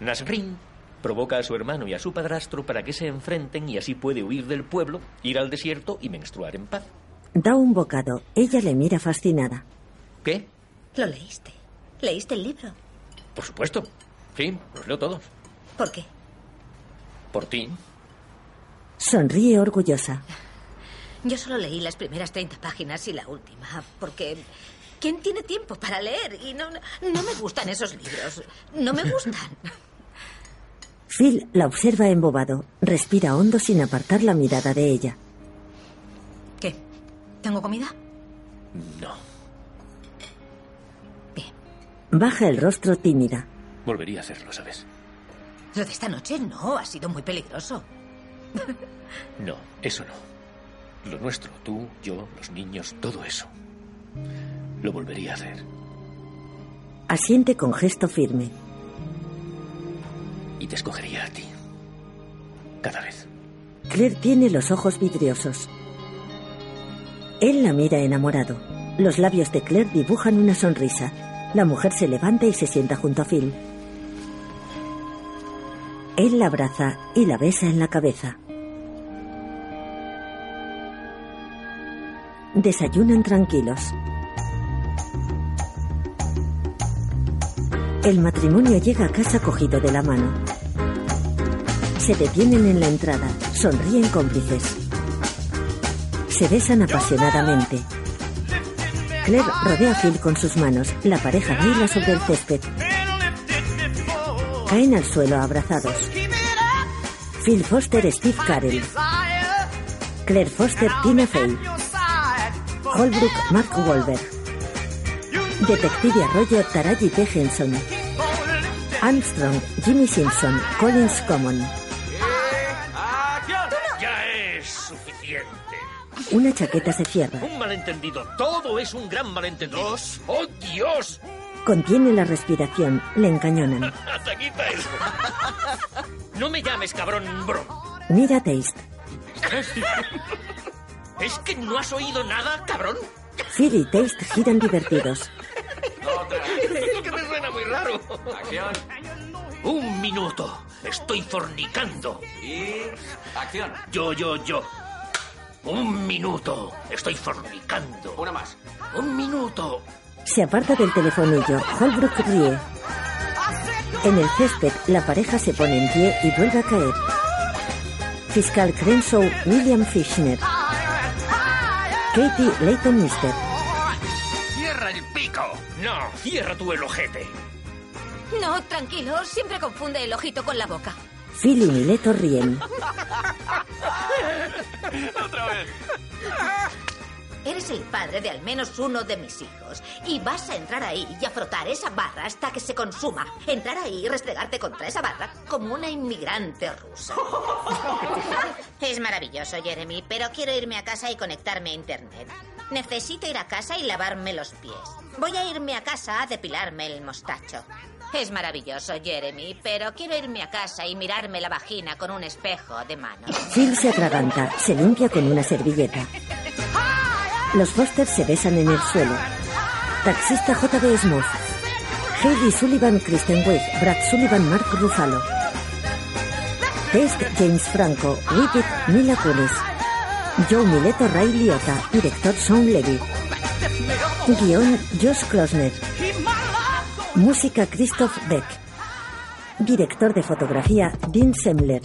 Speaker 6: Nasrin provoca a su hermano y a su padrastro para que se enfrenten y así puede huir del pueblo, ir al desierto y menstruar en paz.
Speaker 1: Da un bocado. Ella le mira fascinada.
Speaker 6: ¿Qué?
Speaker 5: ¿Lo leíste? ¿Leíste el libro?
Speaker 6: Por supuesto. Sí, los leo todos.
Speaker 5: ¿Por qué?
Speaker 6: Por ti.
Speaker 1: Sonríe orgullosa.
Speaker 5: Yo solo leí las primeras 30 páginas y la última, porque ¿quién tiene tiempo para leer? Y no, no me gustan esos libros. No me gustan.
Speaker 1: Phil la observa embobado. Respira hondo sin apartar la mirada de ella.
Speaker 5: [laughs] ¿Qué? ¿Tengo comida?
Speaker 6: No.
Speaker 1: Baja el rostro tímida.
Speaker 6: Volvería a hacerlo, ¿sabes?
Speaker 5: Lo de esta noche no, ha sido muy peligroso.
Speaker 6: No, eso no. Lo nuestro, tú, yo, los niños, todo eso. Lo volvería a hacer.
Speaker 1: Asiente con gesto firme.
Speaker 6: Y te escogería a ti. Cada vez.
Speaker 1: Claire tiene los ojos vidriosos. Él la mira enamorado. Los labios de Claire dibujan una sonrisa. La mujer se levanta y se sienta junto a Phil. Él la abraza y la besa en la cabeza. Desayunan tranquilos. El matrimonio llega a casa cogido de la mano. Se detienen en la entrada, sonríen cómplices. Se besan apasionadamente. Claire rodea a Phil con sus manos. La pareja baila sobre el césped. Caen al suelo abrazados. Phil Foster, Steve Carell. Claire Foster, Tina Fey. Holbrook, Mark Wahlberg. Detective Arroyo, Taraji P. Henson. Armstrong, Jimmy Simpson, Collins Common.
Speaker 15: Ya es suficiente.
Speaker 1: Una chaqueta se cierra.
Speaker 15: Un malentendido. Todo es un gran malentendido. ¡Oh, Dios!
Speaker 1: Contiene la respiración. Le encañonan.
Speaker 15: Hasta aquí está eso. No me llames cabrón, bro.
Speaker 1: Mira a Taste.
Speaker 15: ¿Es que no has oído nada, cabrón?
Speaker 1: Phil y Taste giran divertidos.
Speaker 15: Es que me suena muy raro. Acción. Un minuto. Estoy fornicando. Y. Acción. Yo, yo, yo. Un minuto. Estoy fornicando. Una más. Un minuto.
Speaker 1: Se aparta del telefonillo. Holbrook ríe. En el césped, la pareja se pone en pie y vuelve a caer. Fiscal Crenshaw, William Fishner. Katie Leighton Mister.
Speaker 15: ¡Cierra el pico! No, cierra tú el ojete.
Speaker 10: No, tranquilo, siempre confunde el ojito con la boca.
Speaker 1: Phil y Mileto ríen.
Speaker 10: Otra vez.
Speaker 5: Eres el padre de al menos uno de mis hijos y vas a entrar ahí y a frotar esa barra hasta que se consuma. Entrar ahí y restregarte contra esa barra como una inmigrante [laughs] rusa.
Speaker 8: Es maravilloso, Jeremy, pero quiero irme a casa y conectarme a Internet. Necesito ir a casa y lavarme los pies.
Speaker 5: Voy a irme a casa a depilarme el mostacho. Es maravilloso, Jeremy, pero quiero irme a casa y mirarme la vagina con un espejo de mano.
Speaker 1: Phil se atraganta, se limpia con una servilleta. Los Foster se besan en el suelo. Taxista J.B. Smooth. Heidi Sullivan, Kristen Wiig, Brad Sullivan, Mark Ruffalo. Test, James Franco, Wicked, Mila Kunis. Joe Mileto, Ray Liotta, director Sean Levy. Guión, Josh Klosner. Música, Christoph Beck. Director de fotografía, Dean Semler.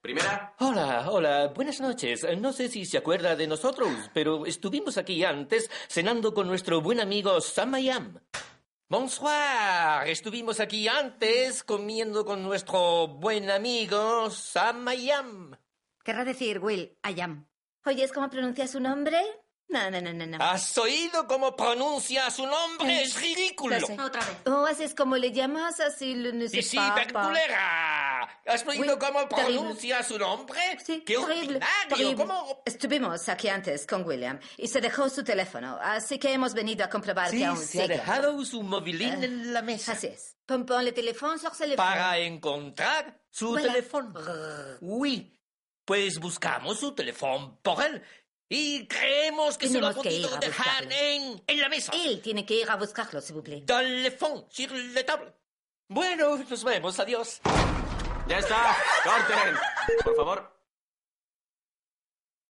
Speaker 15: Primera. Hola, hola, buenas noches. Eh, No sé si se acuerda de nosotros, pero estuvimos aquí antes cenando con nuestro buen amigo Samayam. Bonsoir, estuvimos aquí antes comiendo con nuestro buen amigo Samayam.
Speaker 8: Querrá decir, Will, Ayam. ¿Oyes cómo pronuncia su nombre? No, no, no, no, no.
Speaker 15: ¿Has oído cómo pronuncia su nombre? Es ridículo.
Speaker 8: Lo Eh, sé. ¿O haces como le llamas así? lo no sé,
Speaker 15: Y sí,
Speaker 8: pa, pa.
Speaker 15: culera. ¿Has oído
Speaker 8: Will,
Speaker 15: cómo
Speaker 8: terrible.
Speaker 15: pronuncia su nombre?
Speaker 8: Sí,
Speaker 15: ¡Qué
Speaker 8: horrible,
Speaker 15: ordinario!
Speaker 8: terrible.
Speaker 15: ¿Cómo
Speaker 8: Estuvimos aquí antes con William y se dejó su teléfono, así que hemos venido a comprobar
Speaker 15: Sí,
Speaker 8: que aún
Speaker 15: se
Speaker 8: sigue.
Speaker 15: ha dejado su movilín
Speaker 8: Eh,
Speaker 15: en la mesa.
Speaker 8: Así es. Pon, pon le teléfono sur le
Speaker 15: para encontrar su
Speaker 8: Voilà.
Speaker 15: teléfono. Oui. Pues buscamos su teléfono por él y creemos que se
Speaker 8: Tenemos
Speaker 15: lo ha
Speaker 8: que ir
Speaker 15: podido
Speaker 8: a
Speaker 15: dejar
Speaker 8: buscarlo. Eh.
Speaker 15: en, en la mesa.
Speaker 8: Él tiene que ir a buscarlo, si vous plaît.
Speaker 15: Teléfono, sur la table. Bueno, nos vemos. Adiós.
Speaker 14: ¡Ya está! ¡Corten! Por favor.